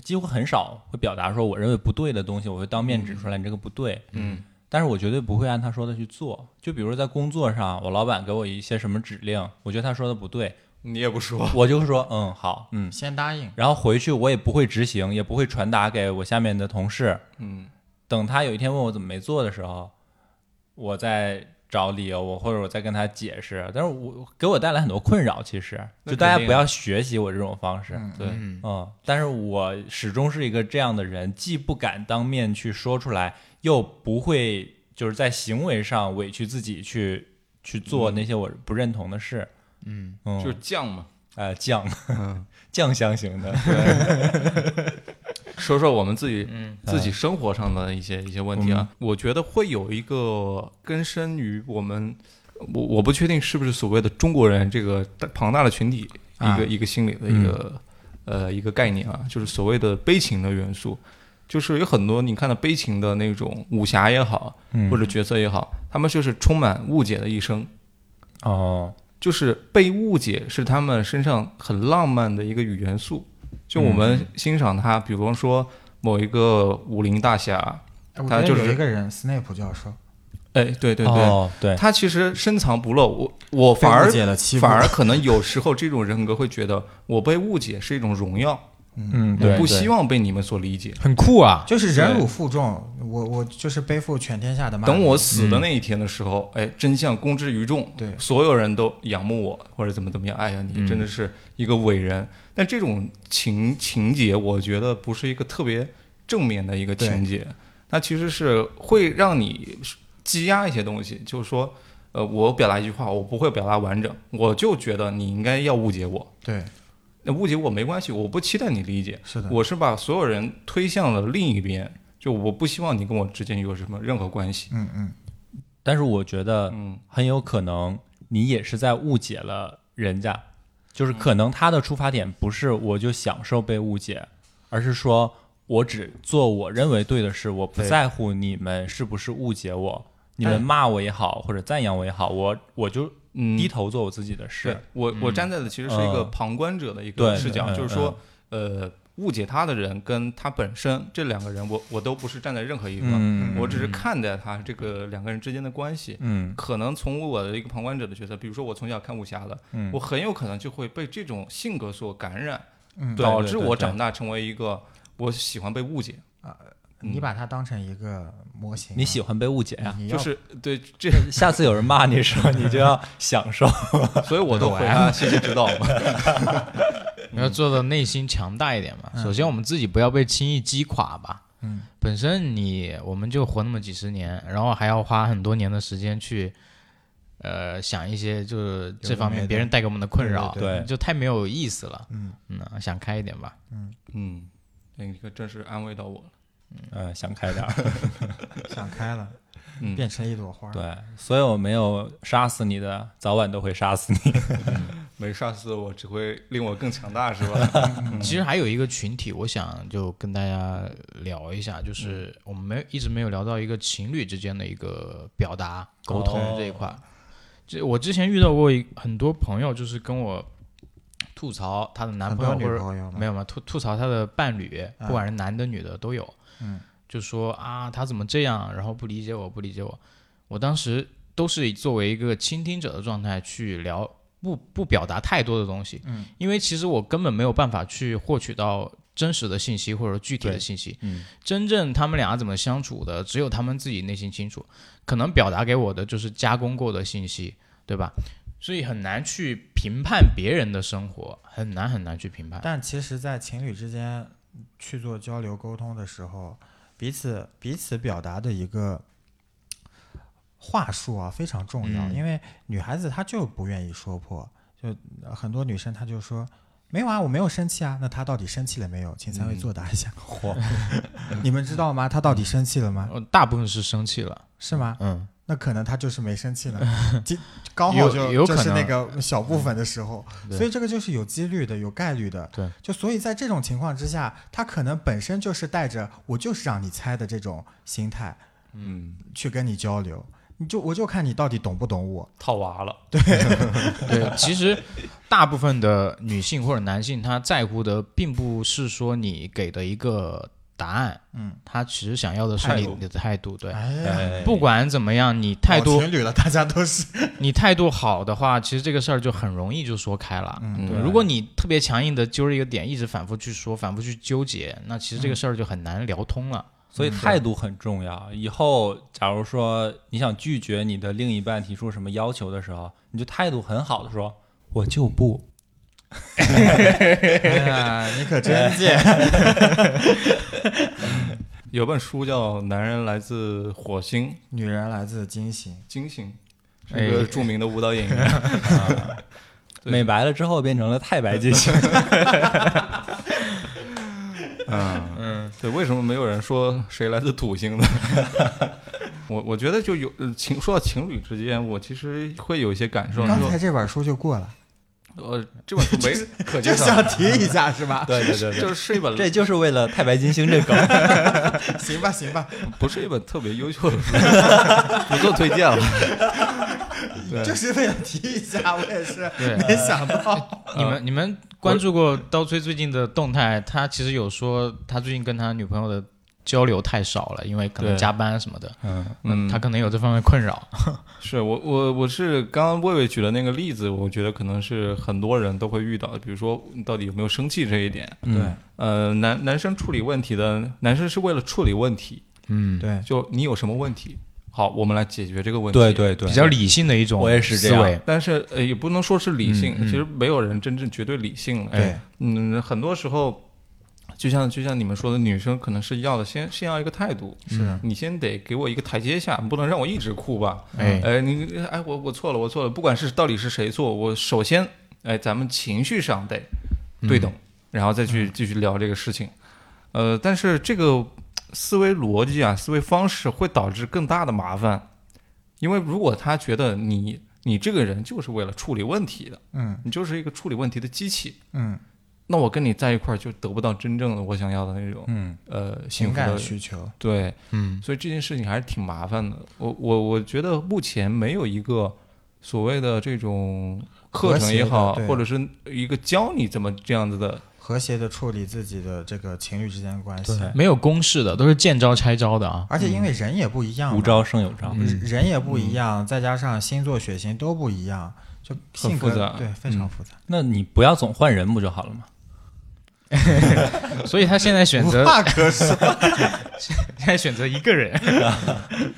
几乎很少会表达说我认为不对的东西，我会当面指出来你这个不对。
嗯
但是我绝对不会按他说的去做。就比如在工作上，我老板给我一些什么指令，我觉得他说的不对，
你也不说，
我就会说嗯好嗯，
先答应，
然后回去我也不会执行，也不会传达给我下面的同事。
嗯
等他有一天问我怎么没做的时候，我再找理由，我或者我再跟他解释。但是我给我带来很多困扰，其实
那
就大家
肯定啊
不要学习我这种方式。
嗯，
对，
嗯
嗯，但是我始终是一个这样的人，既不敢当面去说出来，又不会就是在行为上委屈自己去去做那些我不认同的事。
嗯，
嗯，
就是嗯犟嘛。
呃酱 酱香型的，
说说我们自己
嗯
自己生活上的一些一些问题啊，我觉得会有一个根深于我们，我我不确定是不是所谓的中国人这个大庞大的群体一个、
啊
一个心理的一个、呃一个概念啊，就是所谓的悲情的元素，就是有很多你看到悲情的那种武侠也好，
嗯
或者角色也好，他们就是充满误解的一生，
哦，
就是被误解是他们身上很浪漫的一个元素，就我们欣赏他，比方说某一个武林大侠，
哎我觉
他
得
就是
有一个人，斯内普教授，
哎，对对对，
哦对，
他其实深藏不露。我我反而
被误解了欺负
反而可能有时候这种人格会觉得我被误解是一种荣耀，
嗯，对，
我不
对
希望被你们所理解。
很酷啊！
就是忍辱负重，我我就是背负全天下的骂名。
等我死的那一天的时候，哎，真相公之于众，
对嗯
所有人都仰慕我，或者怎么怎么样。哎呀，你真的是一个伟人。但这种情情节，我觉得不是一个特别正面的一个情节，它其实是会让你积压一些东西。就是说，呃，我表达一句话，我不会表达完整，我就觉得你应该要误解我。
对，
那误解我没关系，我不期待你理解，
是的，
我是把所有人推向了另一边，就我不希望你跟我之间有什么任何关系。
嗯嗯，
但是我觉得
嗯。
很有可能你也是在误解了人家，就是
嗯
可能他的出发点不是我就享受被误解，而是说我只做我认为对的事，我不
对
在乎你们是不是误解我，你们骂我也好，或者赞扬我也好，我我就
嗯
低头做我自己的事
对。我我站在的其实是一个
嗯
旁观者的一
对
个视角，
嗯
就是说，呃，误解他的人跟他本身这两个人，我我都不是站在任何一方，
嗯，
我只是看待他这个两个人之间的关系。
嗯
可能从我的一个旁观者的角色，比如说我从小看武侠的，
嗯
我很有可能就会被这种性格所感染，
嗯
对
导
对
致
对
我
对
长大成为一个我喜欢被误解，嗯
你把它当成一个模型啊，
你喜欢被误解呀、
你
就
要
是对 这，
下次有人骂你的时候，你就要享 受。
所以我都回答啊谢谢指导嘛。
嗯
你哎要做到内心强大一点嘛。首先，我们自己不要被轻易击垮吧。
嗯，
本身你我们就活那么几十年，然后还要花很多年的时间去，呃，想一些就是这方
有的没
面
的
别人带给我们的困扰，
对
对对
就太没有意思了。
嗯
嗯，想开一点吧。
嗯，那个真是安慰到我了。
嗯，想开点儿。
想开了，
嗯，
变成一朵花。
对，所有没有杀死你的，早晚都会杀死你。
没杀死我，只会令我更强大，是 吧？
嗯
其实还有一个群体，我想就跟大家聊一
嗯
下，就是我们没有一直没有聊到一个情侣之间的一个表达沟
哦
通这一块。这我之前遇到过一很多朋友，就是跟我吐槽她的男
很
朋
多
友
女
或者
朋友吗
没有嘛，吐吐槽她的伴侣，不管是男的女的都有，
嗯，
就说啊他怎么这样，然后不理解我，不理解我。我当时都是作为一个倾听者的状态去聊，不不表达太多的东西，嗯，因为其实我根本没有办法去获取到真实的信息或者具体的
对
信息，
嗯，
真正他们俩怎么相处的，只有他们自己内心清楚，可能表达给我的就是加工过的信息，对吧？所以很难去评判别人的生活，很难很难去评判。
但其实，在情侣之间去做交流沟通的时候，彼此彼此表达的一个话术啊非常重要，
嗯
因为女孩子她就不愿意说破，就呃很多女生她就说。没有啊，我没有生气啊。那她到底生气了没有？请三位作答一下。嚯、 你们知道吗？她到底生气了 吗？
呃大部分是生气了，
是吗？
嗯，
那可能她就是没生气呢。 今刚好
有
就
有可
就是那
能嗯
个小部分的时候，
对
所以这个就是有几率的，有概率的。
对，
就所以在这种情况之下，他可能本身就是带着我就是让你猜的这种心态
嗯，
去跟你交流，你就我就看你到底懂不懂我。
套娃了。
对，其实大部分的女性或者男性，他在乎的并不是说你给的一个答案，
嗯，
他其实想要的是
态
你
度
你的态度，对。
哎呀，
哎
不管怎么样，你态
搞
度
情侣了，大家都 是
你态度好的话，其实这个事儿就很容易就说开了。
嗯
对，如果你特别强硬的揪着一个点，一直反复去说，反复去纠结，那其实这个事儿就很难聊通了。
所以态度很重要。以后假如说你想拒绝你的另一半提出什么要求的时候，你就态度很好的说“我就不
哎 呀，你可真贱。
有本书叫《男人来自火星》，
女人来自金星，
金星是一个
哎
著名的舞蹈演 员。”，对
美白了之后变成了太白金 星。
嗯嗯，对，为什么没有人说谁来自土星呢？ 我我觉得就有呃情说到情侣之间，我其实会有一些感受。
刚
就
才这本书就过 了，
呃，这本书没可
就
介绍
想，提一下是 吧？
对对 对
就
对，
是一本
这就是为了太白金星这梗。
行吧，行吧，
不是一本特别优秀的书， 不做 推荐了。对
就是为了提一下，我也是
对
没想到。
你们你们关注过刀崔最近的动态？他其实有说，他最近跟他女朋友的交流太少了，因为可能
对
加班什么的，
嗯，
嗯，
他可能有这方面困扰。
是我我我是刚刚魏魏举的那个例子，我觉得可能是很多人都会遇到的，比如说你到底有没有生气这一点。
对
呃，男男生处理问题的，男生是为了处理问题，
嗯，
对，
就你有什么问题，好，我们来解决这个问题。
对对对，
比较理性的一种
我也是这样
思维
但是呃，也不能说是理性，
嗯嗯
其实没有人真正绝对理性了。
对，
嗯，很多时候，就像就像你们说的，女生可能是要的先先要一个态度，嗯
是
你先得给我一个台阶下，你不能让我一直哭吧？
哎
哎，你哎，我我错了，我错了，不管是到底是谁错，我首先哎，咱们情绪上得
嗯
对等，然后再去继续聊这个事情。呃，但是这个思维逻辑啊，思维方式会导致更大的麻烦，因为如果他觉得你你这个人就是为了处理问题的，
嗯
你就是一个处理问题的机器，
嗯
那我跟你在一块儿就得不到真正的我想要的那种
嗯，
呃
情
幸福
感
的
需求，
对，
嗯，
所以这件事情还是挺麻烦的。我我我觉得目前没有一个所谓的这种课程也好
和谐的，对啊
或者是一个教你怎么这样子的，
和谐的处理自己的这个情侣之间的关系。
对
没有公式的，都是见招拆招的啊。
而且因为人也不一样嘛，
无招胜有招，
嗯
人也不一样，再加上星座、血型都不一样，就性格
很复杂
对，非常复杂。
那你不要总换人不就好了吗？
所以他现在选择
无 话可说。
现在选择一个人。
嗯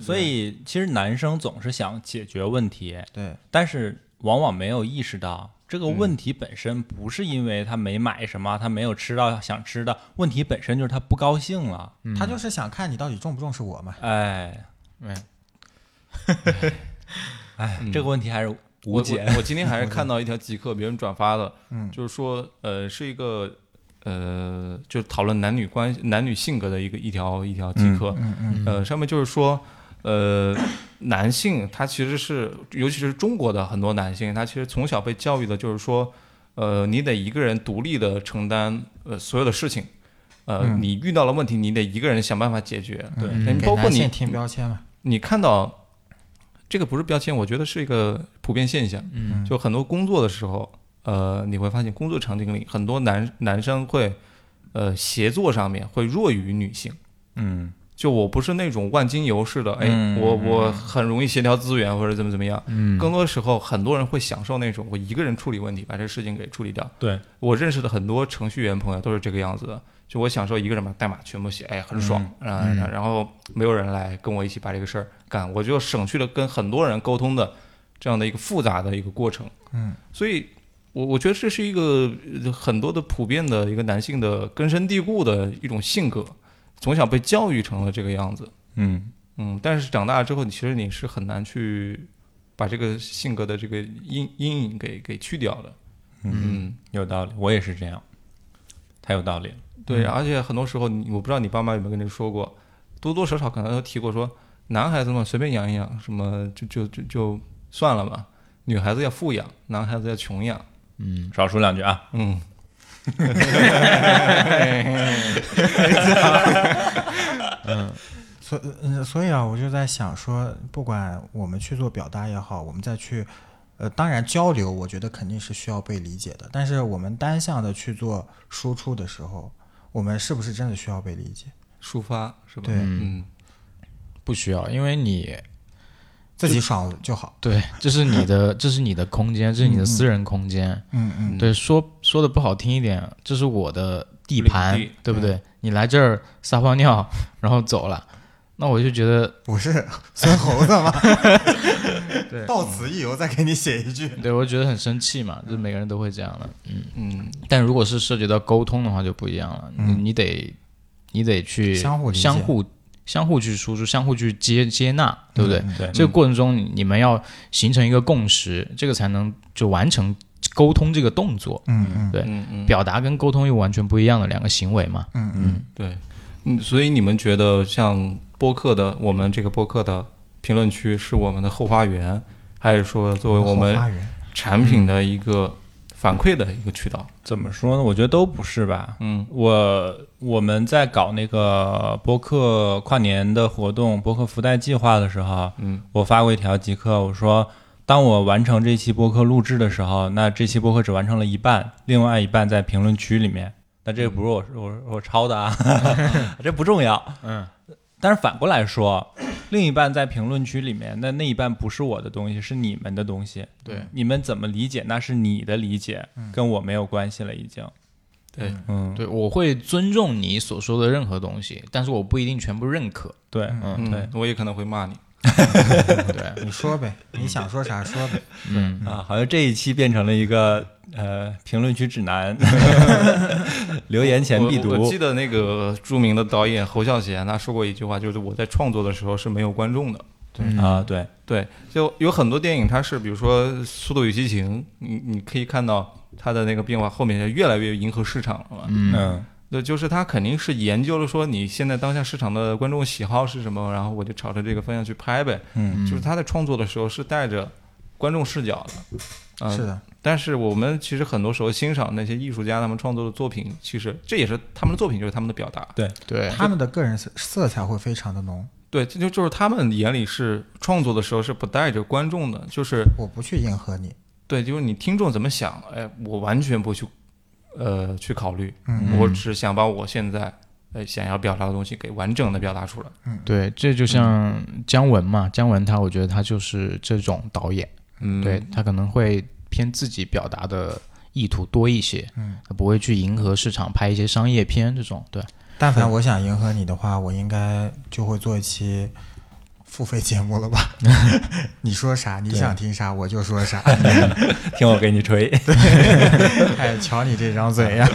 所以其实男生总是想解决问题，
对，
但是往往没有意识到这个问题本身不是因为他没买什么，他没有吃到想吃的，问题本身就是他不高兴了。
他就是想看你到底重不重视我嘛。
哎
嗯，
哎，
嗯
这个问题还是无
我
解。
我我今天还是看到一条极客别人转发的，
嗯
就是说呃是一个呃就是讨论男女关系、男女性格的一个一条一条极
嗯
客，
嗯嗯
呃，上面就是说，呃，男性他其实是，尤其是中国的很多男性，他其实从小被教育的就是说，呃，你得一个人独立的承担呃所有的事情，呃，
嗯
你遇到了问题，你得一个人想办法解决。
嗯
对
那
嗯
你
给
包括
男
你
性，贴标签嘛。
你看到这个不是标签，我觉得是一个普遍现象。
嗯，
就很多工作的时候，呃，你会发现工作场景里很多男男生会，呃，协作上面会弱于女性。
嗯
就我不是那种万金油似的，哎，
嗯
我我很容易协调资源或者怎么怎么样。
嗯
更多时候，很多人会享受那种我一个人处理问题，把这事情给处理掉。
对
我认识的很多程序员朋友都是这个样子的，就我享受一个人把代码全部写，哎，很爽，啊、
嗯
然后没有人来跟我一起把这个事儿干，我就省去了跟很多人沟通的这样的一个复杂的一个过程。
嗯，
所以我我觉得这是一个呃很多的普遍的一个男性的根深蒂固的一种性格，从小被教育成了这个样子。
嗯，
嗯，但是长大了之后，你其实你是很难去把这个性格的这个阴阴影给给去掉的。嗯，
有道理，我也是这样，太有道理了。
对，而且很多时候你，我不知道你爸妈有没有跟你说过，多多少少可能都提过说，男孩子嘛随便养一养，什么就就就就算了吧，女孩子要富养，男孩子要穷养。
嗯，
少说两句啊，
嗯，
所嗯，所以啊，我就在想说，不管我们去做表达也好，我们再去，呃，当然交流，我觉得肯定是需要被理解的。但是我们单向的去做输出的时候，我们是不是真的需要被理解？
抒发是吧？
对
嗯，
不需要，因为你
自己爽就好。
对，这是你的，这是你的空间，这是你的私人空间。
嗯嗯，
对，说说的不好听一点，这是我的地
领
盘，
地
对不对？你来这儿撒泡尿，然后走了，那我就觉得，
我是 孙猴子吗？
对
到此一游，再给你写一句。
对我觉得很生气嘛，就是每个人都会这样的。
嗯，
但如果是涉及到沟通的话，就不一样了，你你得你得去
嗯相互理解
相互相互去输出，相互去接接纳，对不
嗯
对？
对，
这个过程中，你你们要形成一个共识，这个才能就完成沟通这个动作。
嗯嗯
对
嗯嗯，
表达跟沟通又完全不一样的两个行为嘛。
嗯嗯，
对，嗯，所以你们觉得像播客的，我们这个播客的评论区是我们的后花园，还是说作为我
后
们
花园
产品的一个反馈的一个渠道？
怎么说呢？我觉得都不是吧。
嗯
我我们在搞那个播客跨年的活动，播客福袋计划的时候，
嗯，
我发过一条极客，我说当我完成这期播客录制的时候，那这期播客只完成了一半，另外一半在评论区里面。那这个不是
嗯
我我我抄的啊， 这不重要。
嗯，
但是反过来说，另一半在评论区里面，那那一半不是我的东西，是你们的东西。
对，
你们怎么理解那是你的理解，
嗯
跟我没有关系了，已经。
对
嗯，
对，我会尊重你所说的任何东西，但是我不一定全部认可。
对，
嗯，
对
嗯，我也可能会骂你。
嗯
对，
你说呗，你想说啥说呗。
嗯，
啊，好像这一期变成了一个呃评论区 指南，留言前
我
必
我我
读
记。得那个著名的导演侯孝贤他说过一句话，就是我在创作的时候是没有观众的。
嗯
啊，对，
对，就有很多电影，它是比如说《速度与激情》，你你可以看到它的那个变化，后面就越来越迎合市场了嘛。
嗯，
嗯
对，就是它肯定是研究了说你现在当下市场的观众喜好是什么，然后我就朝着这个方向去拍呗。
嗯，
就是他在创作的时候是带着观众视角的，嗯、
是的，
但是我们其实很多时候欣赏那些艺术家他们创作的作品，其实这也是他们的作品，就是他们的表达。
对，
他们的个人色色彩会非常的浓，
对，这就就是他们眼里是创作的时候是不带着观众的，就是
我不去迎合你。
对，就是你听众怎么想，哎，我完全不去，呃，去考虑，
嗯
我只想把我现在呃想要表达的东西给完整的表达出来。
对，这就像姜文嘛，姜文他，我觉得他就是这种导演，
嗯，
对他可能会偏自己表达的意图多一些，
嗯，
他不会去迎合市场拍一些商业片这种，对，
但凡我想迎合你的话，我应该就会做一期付费节目了吧？ 你说啥，你想听啥，我就说啥。
听我给你 吹。
哎，瞧你这张嘴呀！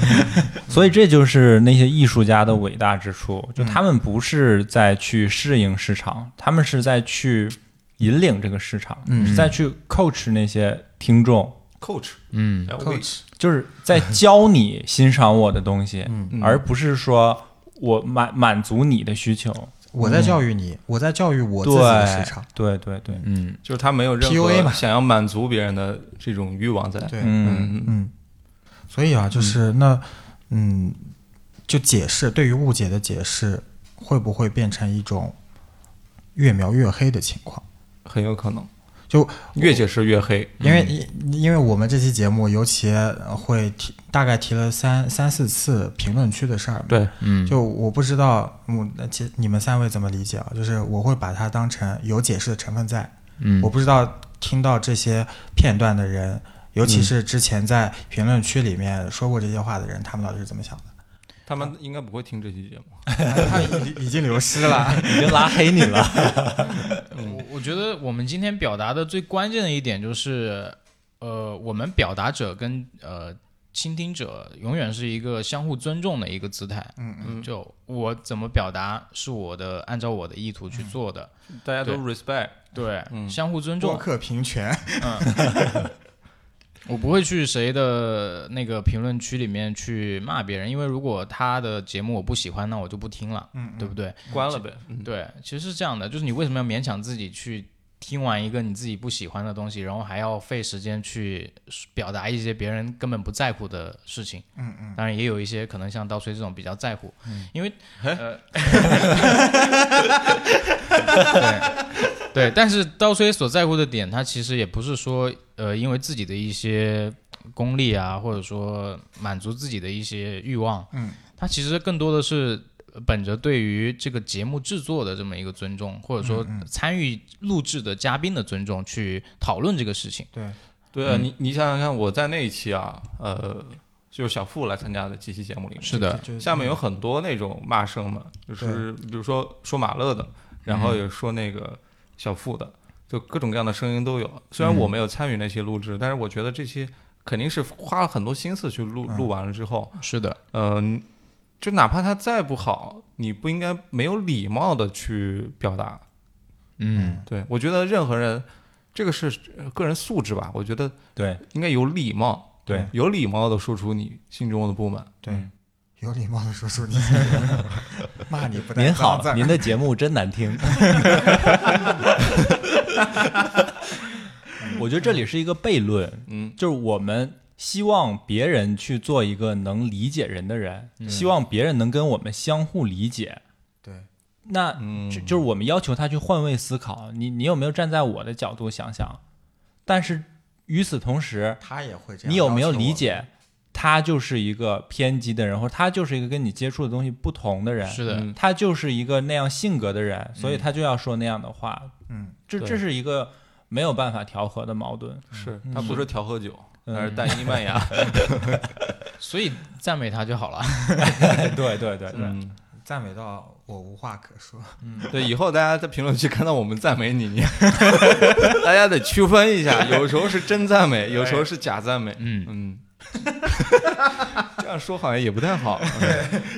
所以这就是那些艺术家的伟大之处，
嗯
就他们不是在去适应市场，他们是在去引领这个市场，
嗯
是在去 coach 那些听众，
，coach，
嗯，
哎我
Coach
就是在教你欣赏我的东西，
嗯
而不是说我满满足你的需求。
我在教育你，我在教育我自己的
对
市场。，
对对对，
嗯，
就是他没有任
PUA 嘛
何想要满足别人的这种欲望在。
对，
嗯。
嗯，
嗯，所以啊，就是那，嗯，就解释对于误解的解释，会不会变成一种越描越黑的情况？
很有可能，
就
越解释越黑。
因
嗯
为因因为我们这期节目尤其会提，大概提了三三四次评论区的事儿嘛。
对，
嗯，
就我不知道，嗯，那其你们三位怎么理解啊？就是我会把它当成有解释的成分在。
嗯
我不知道听到这些片段的人，尤
嗯
其是之前在评论区里面说过这些话的人，他们到底是怎么 想的？
他们应该不会听这期节目。
他 已已经流失了。
已经拉黑你 了。
我我觉得我们今天表达的最关键的一点就是，呃，我们表达者跟呃倾听者永远是一个相互尊重的一个姿态。
嗯
嗯
就我怎么表达是我的，按照我的意图去
嗯
做的。
大家都
对
respect，
对，
嗯
相互尊
播
重。
客平权，
我不会去谁的那个评论区里面去骂别人，因为如果他的节目我不喜欢，那我就不听了，
嗯，
对不对？
关了呗。嗯
对，其实是这样的，就是你为什么要勉强自己去听完一个你自己不喜欢的东西，然后还要费时间去表达一些别人根本不在乎的事情？
嗯嗯，
当然也有一些可能像刀锤这种比较在乎，因为呃，对对，但是刀锤所在乎的点，他其实也不是说呃，因为自己的一些功利啊，或者说满足自己的一些欲望，
嗯，
他其实更多的是。本着对于这个节目制作的这么一个尊重，或者说参与录制的嘉宾的尊重，去讨论这个事情。
对，
对啊，你你想想看，我在那一期啊，呃，就是小付来参加的几期节目里面，
是的，
就
下面有很多那种骂声嘛，就是比如说说马乐的，然后也说那个小付的，就各种各样的声音都有。虽然我没有参与那些录制，但是我觉得这些肯定是花了很多心思去录录完了之后，
是的，
嗯、就哪怕它再不好，你不应该没有礼貌的去表达。
嗯，
对我觉得任何人，这个是呃个人素质吧，我觉得
对
应该有礼貌，
对，
有礼貌的说出你心中的不满。
对，有礼貌的说出 你骂你不带
您
脏
好
字，儿
您的节目真 难听。嗯我觉得这里是一个悖论，
嗯，
就是我们希望别人去做一个能理解人的人，
嗯
希望别人能跟我们相互理解。
对，
那
嗯
这就是我们要求他去换位思考，你你有没有站在我的角度想想？但是与此同时，
他也会这样。
你有没有理？解，他就是一个偏激的人，或者他就是一个跟你接触的东西不同的人，
是的，
嗯
他就是一个那样性格的人，所以他就要说那样的话。
嗯，
这
对
这是一个没有办法调和的矛盾。
是
嗯
他不是调和酒，
嗯
而是单一麦 芽。
所以赞美他就好了。
哎对对对对，
嗯，
赞美到我无话可 说。
对，以后大家在评论区看到我们赞美你，你 大家得区分一下，有时候是真赞美，有时候是假赞美。
哎
嗯，
嗯，这样说好像也不太好。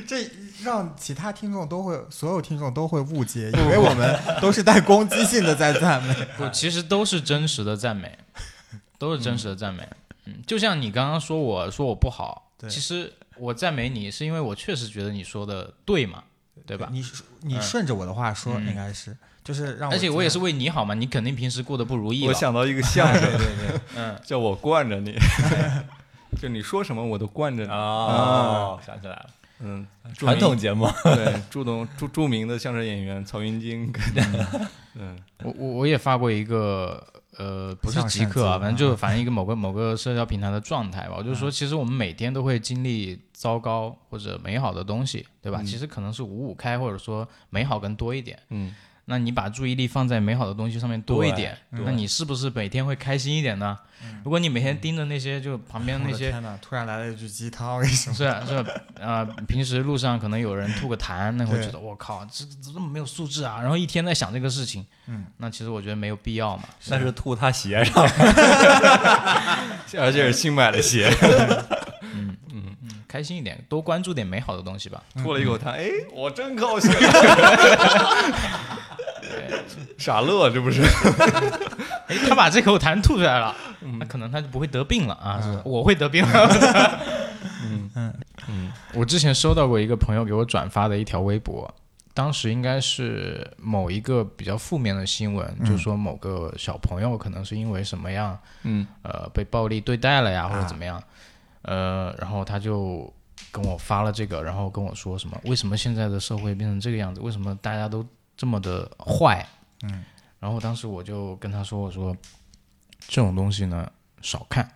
这让其他听众都会，所有听众都会误 解，以为我们都是带攻击性的在赞美。
不，其实都是真实的赞美，都是真实的赞美。嗯，就像你刚刚说我说我不好，
对
其实我赞美你是因为我确实觉得你说的对嘛，对吧？嗯
你你顺着我的话说，应该是就是让我，
而且我也是。为你好嘛，你肯定平时过得不如意
我
了。
想到一个相
哎
声，
嗯，
叫我惯着你， 就你说什么我都惯着你。
哦，想起来了，
嗯，著
啊
名
传统节目，
对，著名著著名的相声演员曹云金跟，嗯，
我我我也发过一个呃，不是
像
极
闪
客啊，
击
反正就反正一个某个某个社交平台的状态吧。我就说，其实我们每天都会经历糟糕或者美好的东西，对吧？其实可能是五五开，或者说美好更多一点。
嗯，
那你把注意力放在美好的东西上面多一点，
对
那你是不是每天会开心一点呢？如果你每天盯着那些就旁边
我
那
的
些。
天哪！突然来了一句鸡汤，为什么？
是啊是啊，呃，平时路上可能有人吐个痰，那会
对
觉得我靠，这这怎么没有素质啊？然后一天在想这个事情，
嗯，
那其实我觉得没有必要嘛。
那是吐他鞋上。
而且是新买的鞋，
开心一点，多关注点美好的东西吧。
吐了一口 痰，哎，我真高兴，傻乐这不是？
哎，他把这口痰吐出来了，那可能他就不会得病了啊！是吧我会得病了。
嗯
我之前收到过一个朋友给我转发的一条微博，当时应该是某一个比较负面的新闻，就说某个小朋友可能是因为什么样，
嗯
呃，被暴力对待了呀，或者
啊
怎么样，呃，然后他就。跟我发了这个，然后跟我说什么？为什么现在的社会变成这个样子？为什么大家都这么的坏？
嗯，
然后当时我就跟他说：“我说这种东西呢，少看。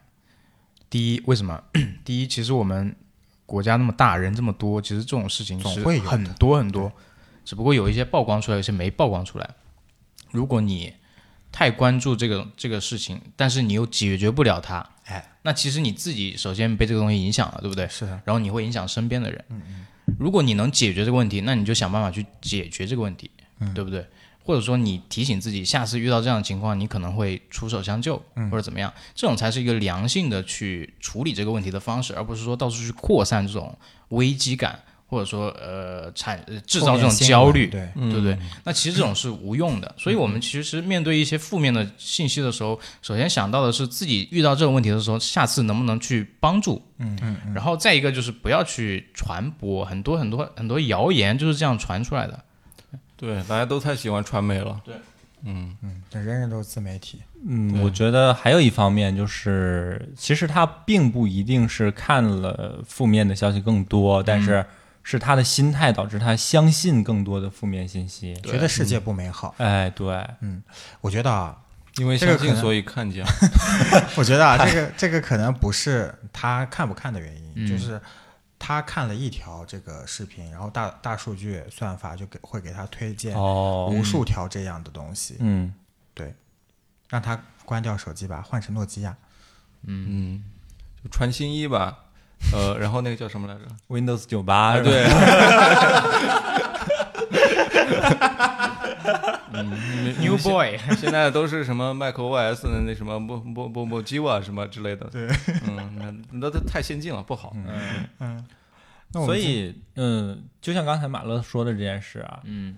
第一，为什么？ 第一，其实我们国家那么大，人这么多，其实这种事情
总
是
会有的
很多很多，只不过有一些曝光出来，有些没曝光出来。如果你太关注这个这个事情，但是你又解决不了它，
哎，
那其实你自己首先被这个东西影响了，对不对？
是的，
然后你会影响身边的人。如果你能解决这个问题，那你就想办法去解决这个问题，对不对？或者说你提醒自己，下次遇到这样的情况，你可能会出手相救，或者怎么样，这种才是一个良性的去处理这个问题的方式，而不是说到处去扩散这种危机感，或者说呃产呃制造这种焦虑，
对，
对不对？那其实这种是无用的，所以我们其实面对一些负面的信息的时候，首先想到的是自己遇到这种问题的时候，下次能不能去帮助，
嗯嗯，
然后再一个就是不要去传播很多很多很多谣言就是这样传出来的。
对，大家都太喜欢传媒了。
对，
嗯，
这人人都是自媒体。
嗯，我觉得还有一方面就是，其实他并不一定是看了负面的消息更多，但是是他的心态导致他相信更多的负面信息。
觉得世界
嗯
不美好。
哎，对，
我觉得啊，
因为
这个
相
可
信
能
所以看见。
我觉得啊，这个这个可能不是他看不看的原因，
嗯
就是他看了一条这个视频，然后大大数据算法就给会给他推荐
哦，
无数条这样的东西，
嗯，
让他关掉手机吧，换成诺基亚。
嗯，就穿新衣吧，呃，然后那个叫什么来着？
Windows 九八、
啊，
是吧，
对。嗯
New Boy，
现在都是什么 Mac OS 的那什么不不不不 j i v a 啊什么之类的，对，嗯，那那都太先进了，不好。
嗯
那我
所
们今
以嗯，就像刚才马乐说的这件事啊，
嗯，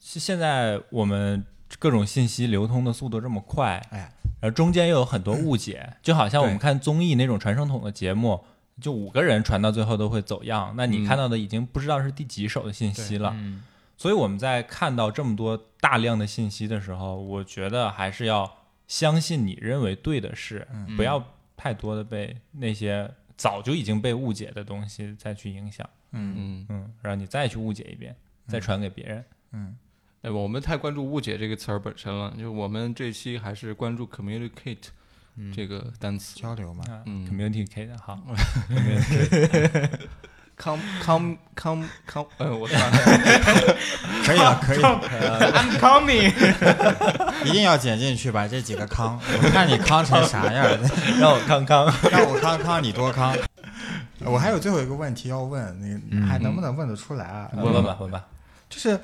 是现在我们各种信息流通的速度这么快，
哎，
然后中间又有很多误解，就好像我们
对
看综艺那种传声筒的节目，就五个人传到最后都会走样，那你看到的已经不知道是第几手的信息了。
嗯
所以我们在看到这么多大量的信息的时候，我觉得还是要相信你认为对的事，不要太多的被那些早就已经被误解的东西再去影响，
嗯，
嗯，让你再去误解一遍，再传给别人。
哎，我们太关注“误解”这个词儿本身了，就我们这期还是关注 communicate，
嗯
这个单词。
交流嘛。
啊
嗯
，communicate 好，
com com com com，呃，我操，
可以啊了，可以了，
I'm coming，
一定要剪进去吧，这几个康，我看你康成啥样儿，
让我康康。
让我康康你多康。我还有最后一个问题要问，你还能不能问得出来啊？
问问吧，问吧。
就是，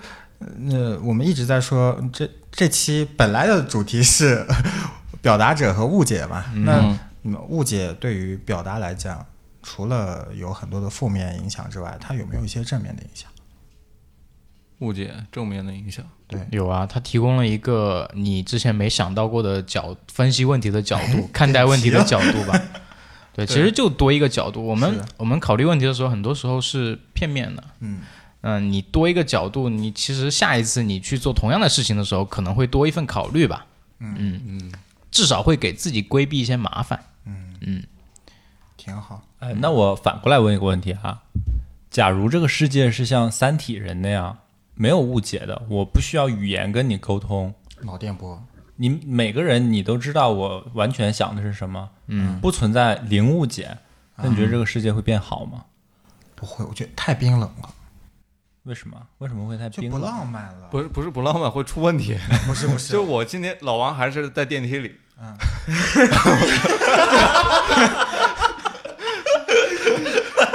呃，我们一直在说这这期本来的主题是 表达者和误解嘛。那你们误解对于表达来讲，除了有很多的负面影响之外，它有没有一些正面的影响？
误解正面的影响。
对，
有啊，他提供了一个你之前没想到过的角，分析问题的角 度，看待问题的角度吧。对，其实就多一个角度。我
是
们
的
我们考虑问题的时候，很多时候是片面的。
嗯
嗯、你多一个角度，你其实下一次你去做同样的事情的时候，可能会多一份考虑吧。嗯
嗯，
至少会给自己规避一些麻烦。
嗯
嗯，
挺好。
哎，那我反过来问一个问题啊：假如这个世界是像三体人那样没有误解的，我不需要语言跟你沟通，
脑电波，
你每个人你都知道我完全想的是什么，嗯，啊不存在零误解，那你觉得这个世界会变好吗？
不会，我觉得太冰冷了，
为什么？为什么会太
就
冰
不
冷？
浪漫了。
不是不是不浪漫会出问题，
不是不
就是我今天老王还是在电 梯里，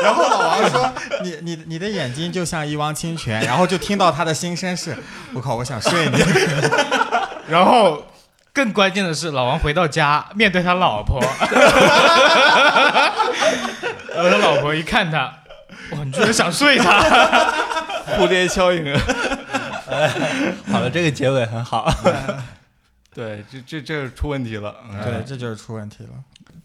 然后老王说：“ 你你你的眼睛就像一汪清泉。”然后就听到他的心声是：“我靠，我想睡你。
然后更关键的是，老王回到家，面对他老婆，然后他老婆一看他，哇，你居然想睡他？
蝴蝶效应。
好了，这个结尾很好。
对，这这这出问题了。”嗯
对，这就是出问题了。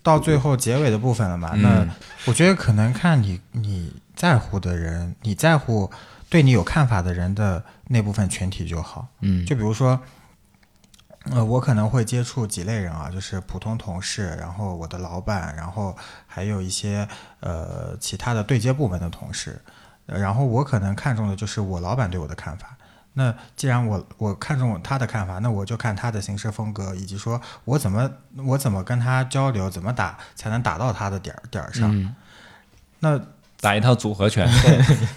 到最后结尾的部分了嘛？那我觉得可能看你你在乎的人，你在乎对你有看法的人的那部分群体就好。
嗯
就比如说，呃，我可能会接触几类人啊，就是普通同事，然后我的老板，然后还有一些呃其他的对接部门的同事。呃然后我可能看重的就是我老板对我的看法。那既然我我看重他的看法，那我就看他的行事风格，以及说我怎么我怎么跟他交流，怎么打才能打到他的点儿点儿上。
嗯
那
打一套组合拳，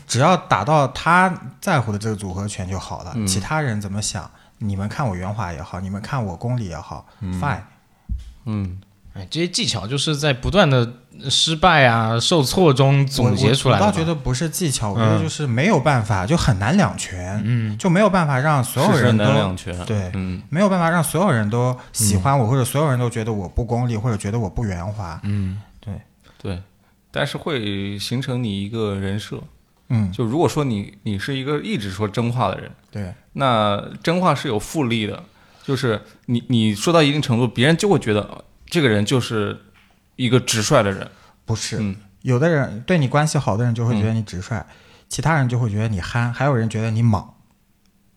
只要打到他在乎的这个组合拳就好了，
嗯
其他人怎么想，你们看我圆滑也好，你们看我功利也好、f i n e
嗯，
哎，这些技巧就是在不断的失败啊、受挫中总结出来
我
的
我
嘛。嗯
倒觉得不是技巧，我觉得就是没有办法，就很难两全，嗯，就没有办法让所有
世事
人都
难两全。
对，
嗯
没有办法让所有人都喜欢我，或者所有人都觉得我不功利，或者觉得我不圆滑，
嗯嗯，
对，
对，但是会形成你一个人设。
嗯，
就如果说你你是一个一直说真话的人，
对，
那真话是有复利的，就是你你说到一定程度，别人就会觉得呃这个人就是一个直率的人。
不是，
嗯
有的人对你关系好的人就会觉得你直率，其他人就会觉得你憨，还有人觉得你莽，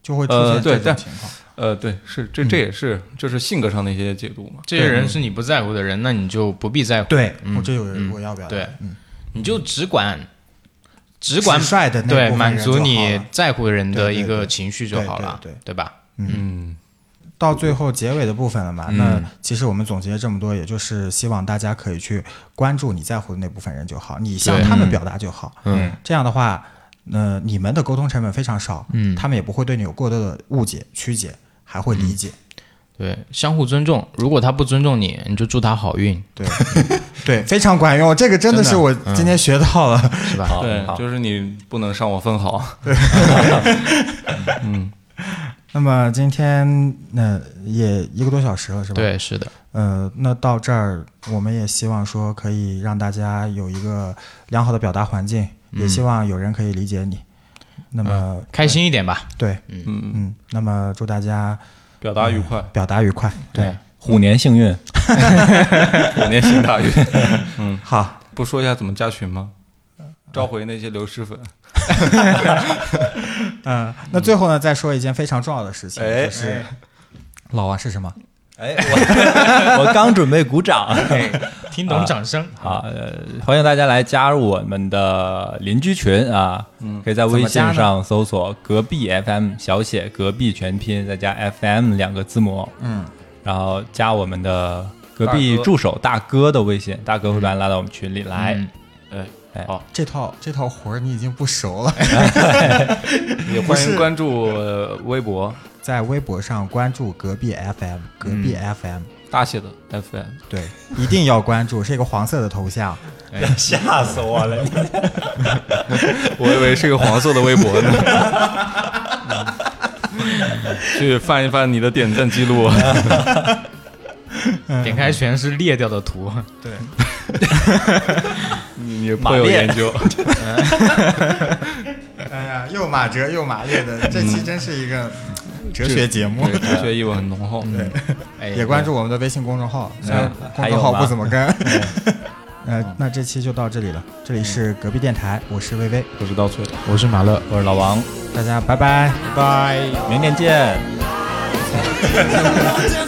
就会出
呃
现
对
这种
但
情况。
呃，对，是这这也是就是性格上的一些解读嘛。
这些人是你不在乎的人，那你就不必在乎，
对，我这有我要表达，
对
嗯，
你就只管只管
直率的那
对
部分
满
人
足
就好
你
了
在乎的人的
对对
一个
对
情绪就
对
好
对
了，
对对
吧？
嗯，
到最后结尾的部分了嘛？
嗯
那其实我们总结这么多，也就是希望大家可以去关注你在乎的那部分人就好，你向
对
他们
嗯
表达就好。
嗯
这样的话，呃，你们的沟通成本非常少，
嗯，
他们也不会对你有过多的误解、曲解，还会理解。
对，相互尊重。如果他不尊重你，你就祝他好运，
对，对，非常管用，这个真的是我今天学到了。
是吧？
好，
对，
好，
就是你不能上我分毫。
那么今天那、呃也一个多小时了，是吧？
对，是的，
呃，那到这儿，我们也希望说可以让大家有一个良好的表达环境，也希望有人可以理解你。那么，
开心一点吧。
对，
嗯，
嗯，那么祝大家
表达愉快，
表达愉快。对，
虎年幸运。
虎年行大运。
好，
不说一下怎么加群吗？召回那些流失粉。
嗯，那最后呢，再说一件非常重要的事情，
哎
就是老王是什么？
哎，我 我刚准备鼓掌。
听懂掌声，
好，呃，欢迎大家来加入我们的邻居群啊，可以在
嗯
微
怎么
信
加
上搜索“隔壁 FM”，小写“隔壁”全拼，再加 “FM” 两个字母，
嗯，
然后加我们的隔壁
大哥
助手大哥的微信，大哥会把你拉到我们群里来。
嗯
这套这套活儿你已经不熟了，
也
不
欢
是
迎关注呃微博
在微博上关注隔壁 FM，隔壁 FM，、
大写的 FM，
对， 一定要关注，是一个黄色的头像，
吓死我了！
我以为是个黄色的微博呢。嗯 去翻一翻你的点赞记录，啊
点开全是裂掉的图，
对，
你
马
颇有
列
研究。
哎呀，又马哲又马列的，这期真是一个哲学节目。
对，科学意味很浓厚。对，
哎，
也关注我们的微信公众号，虽然公
还
众
有
号
吗
不怎么 跟。呃，那这期就到这里了，这里是隔壁电台，我是薇薇，
我是稻穗。
我是马乐，
我是老王，
大家拜拜。
拜拜。
明天见。
Just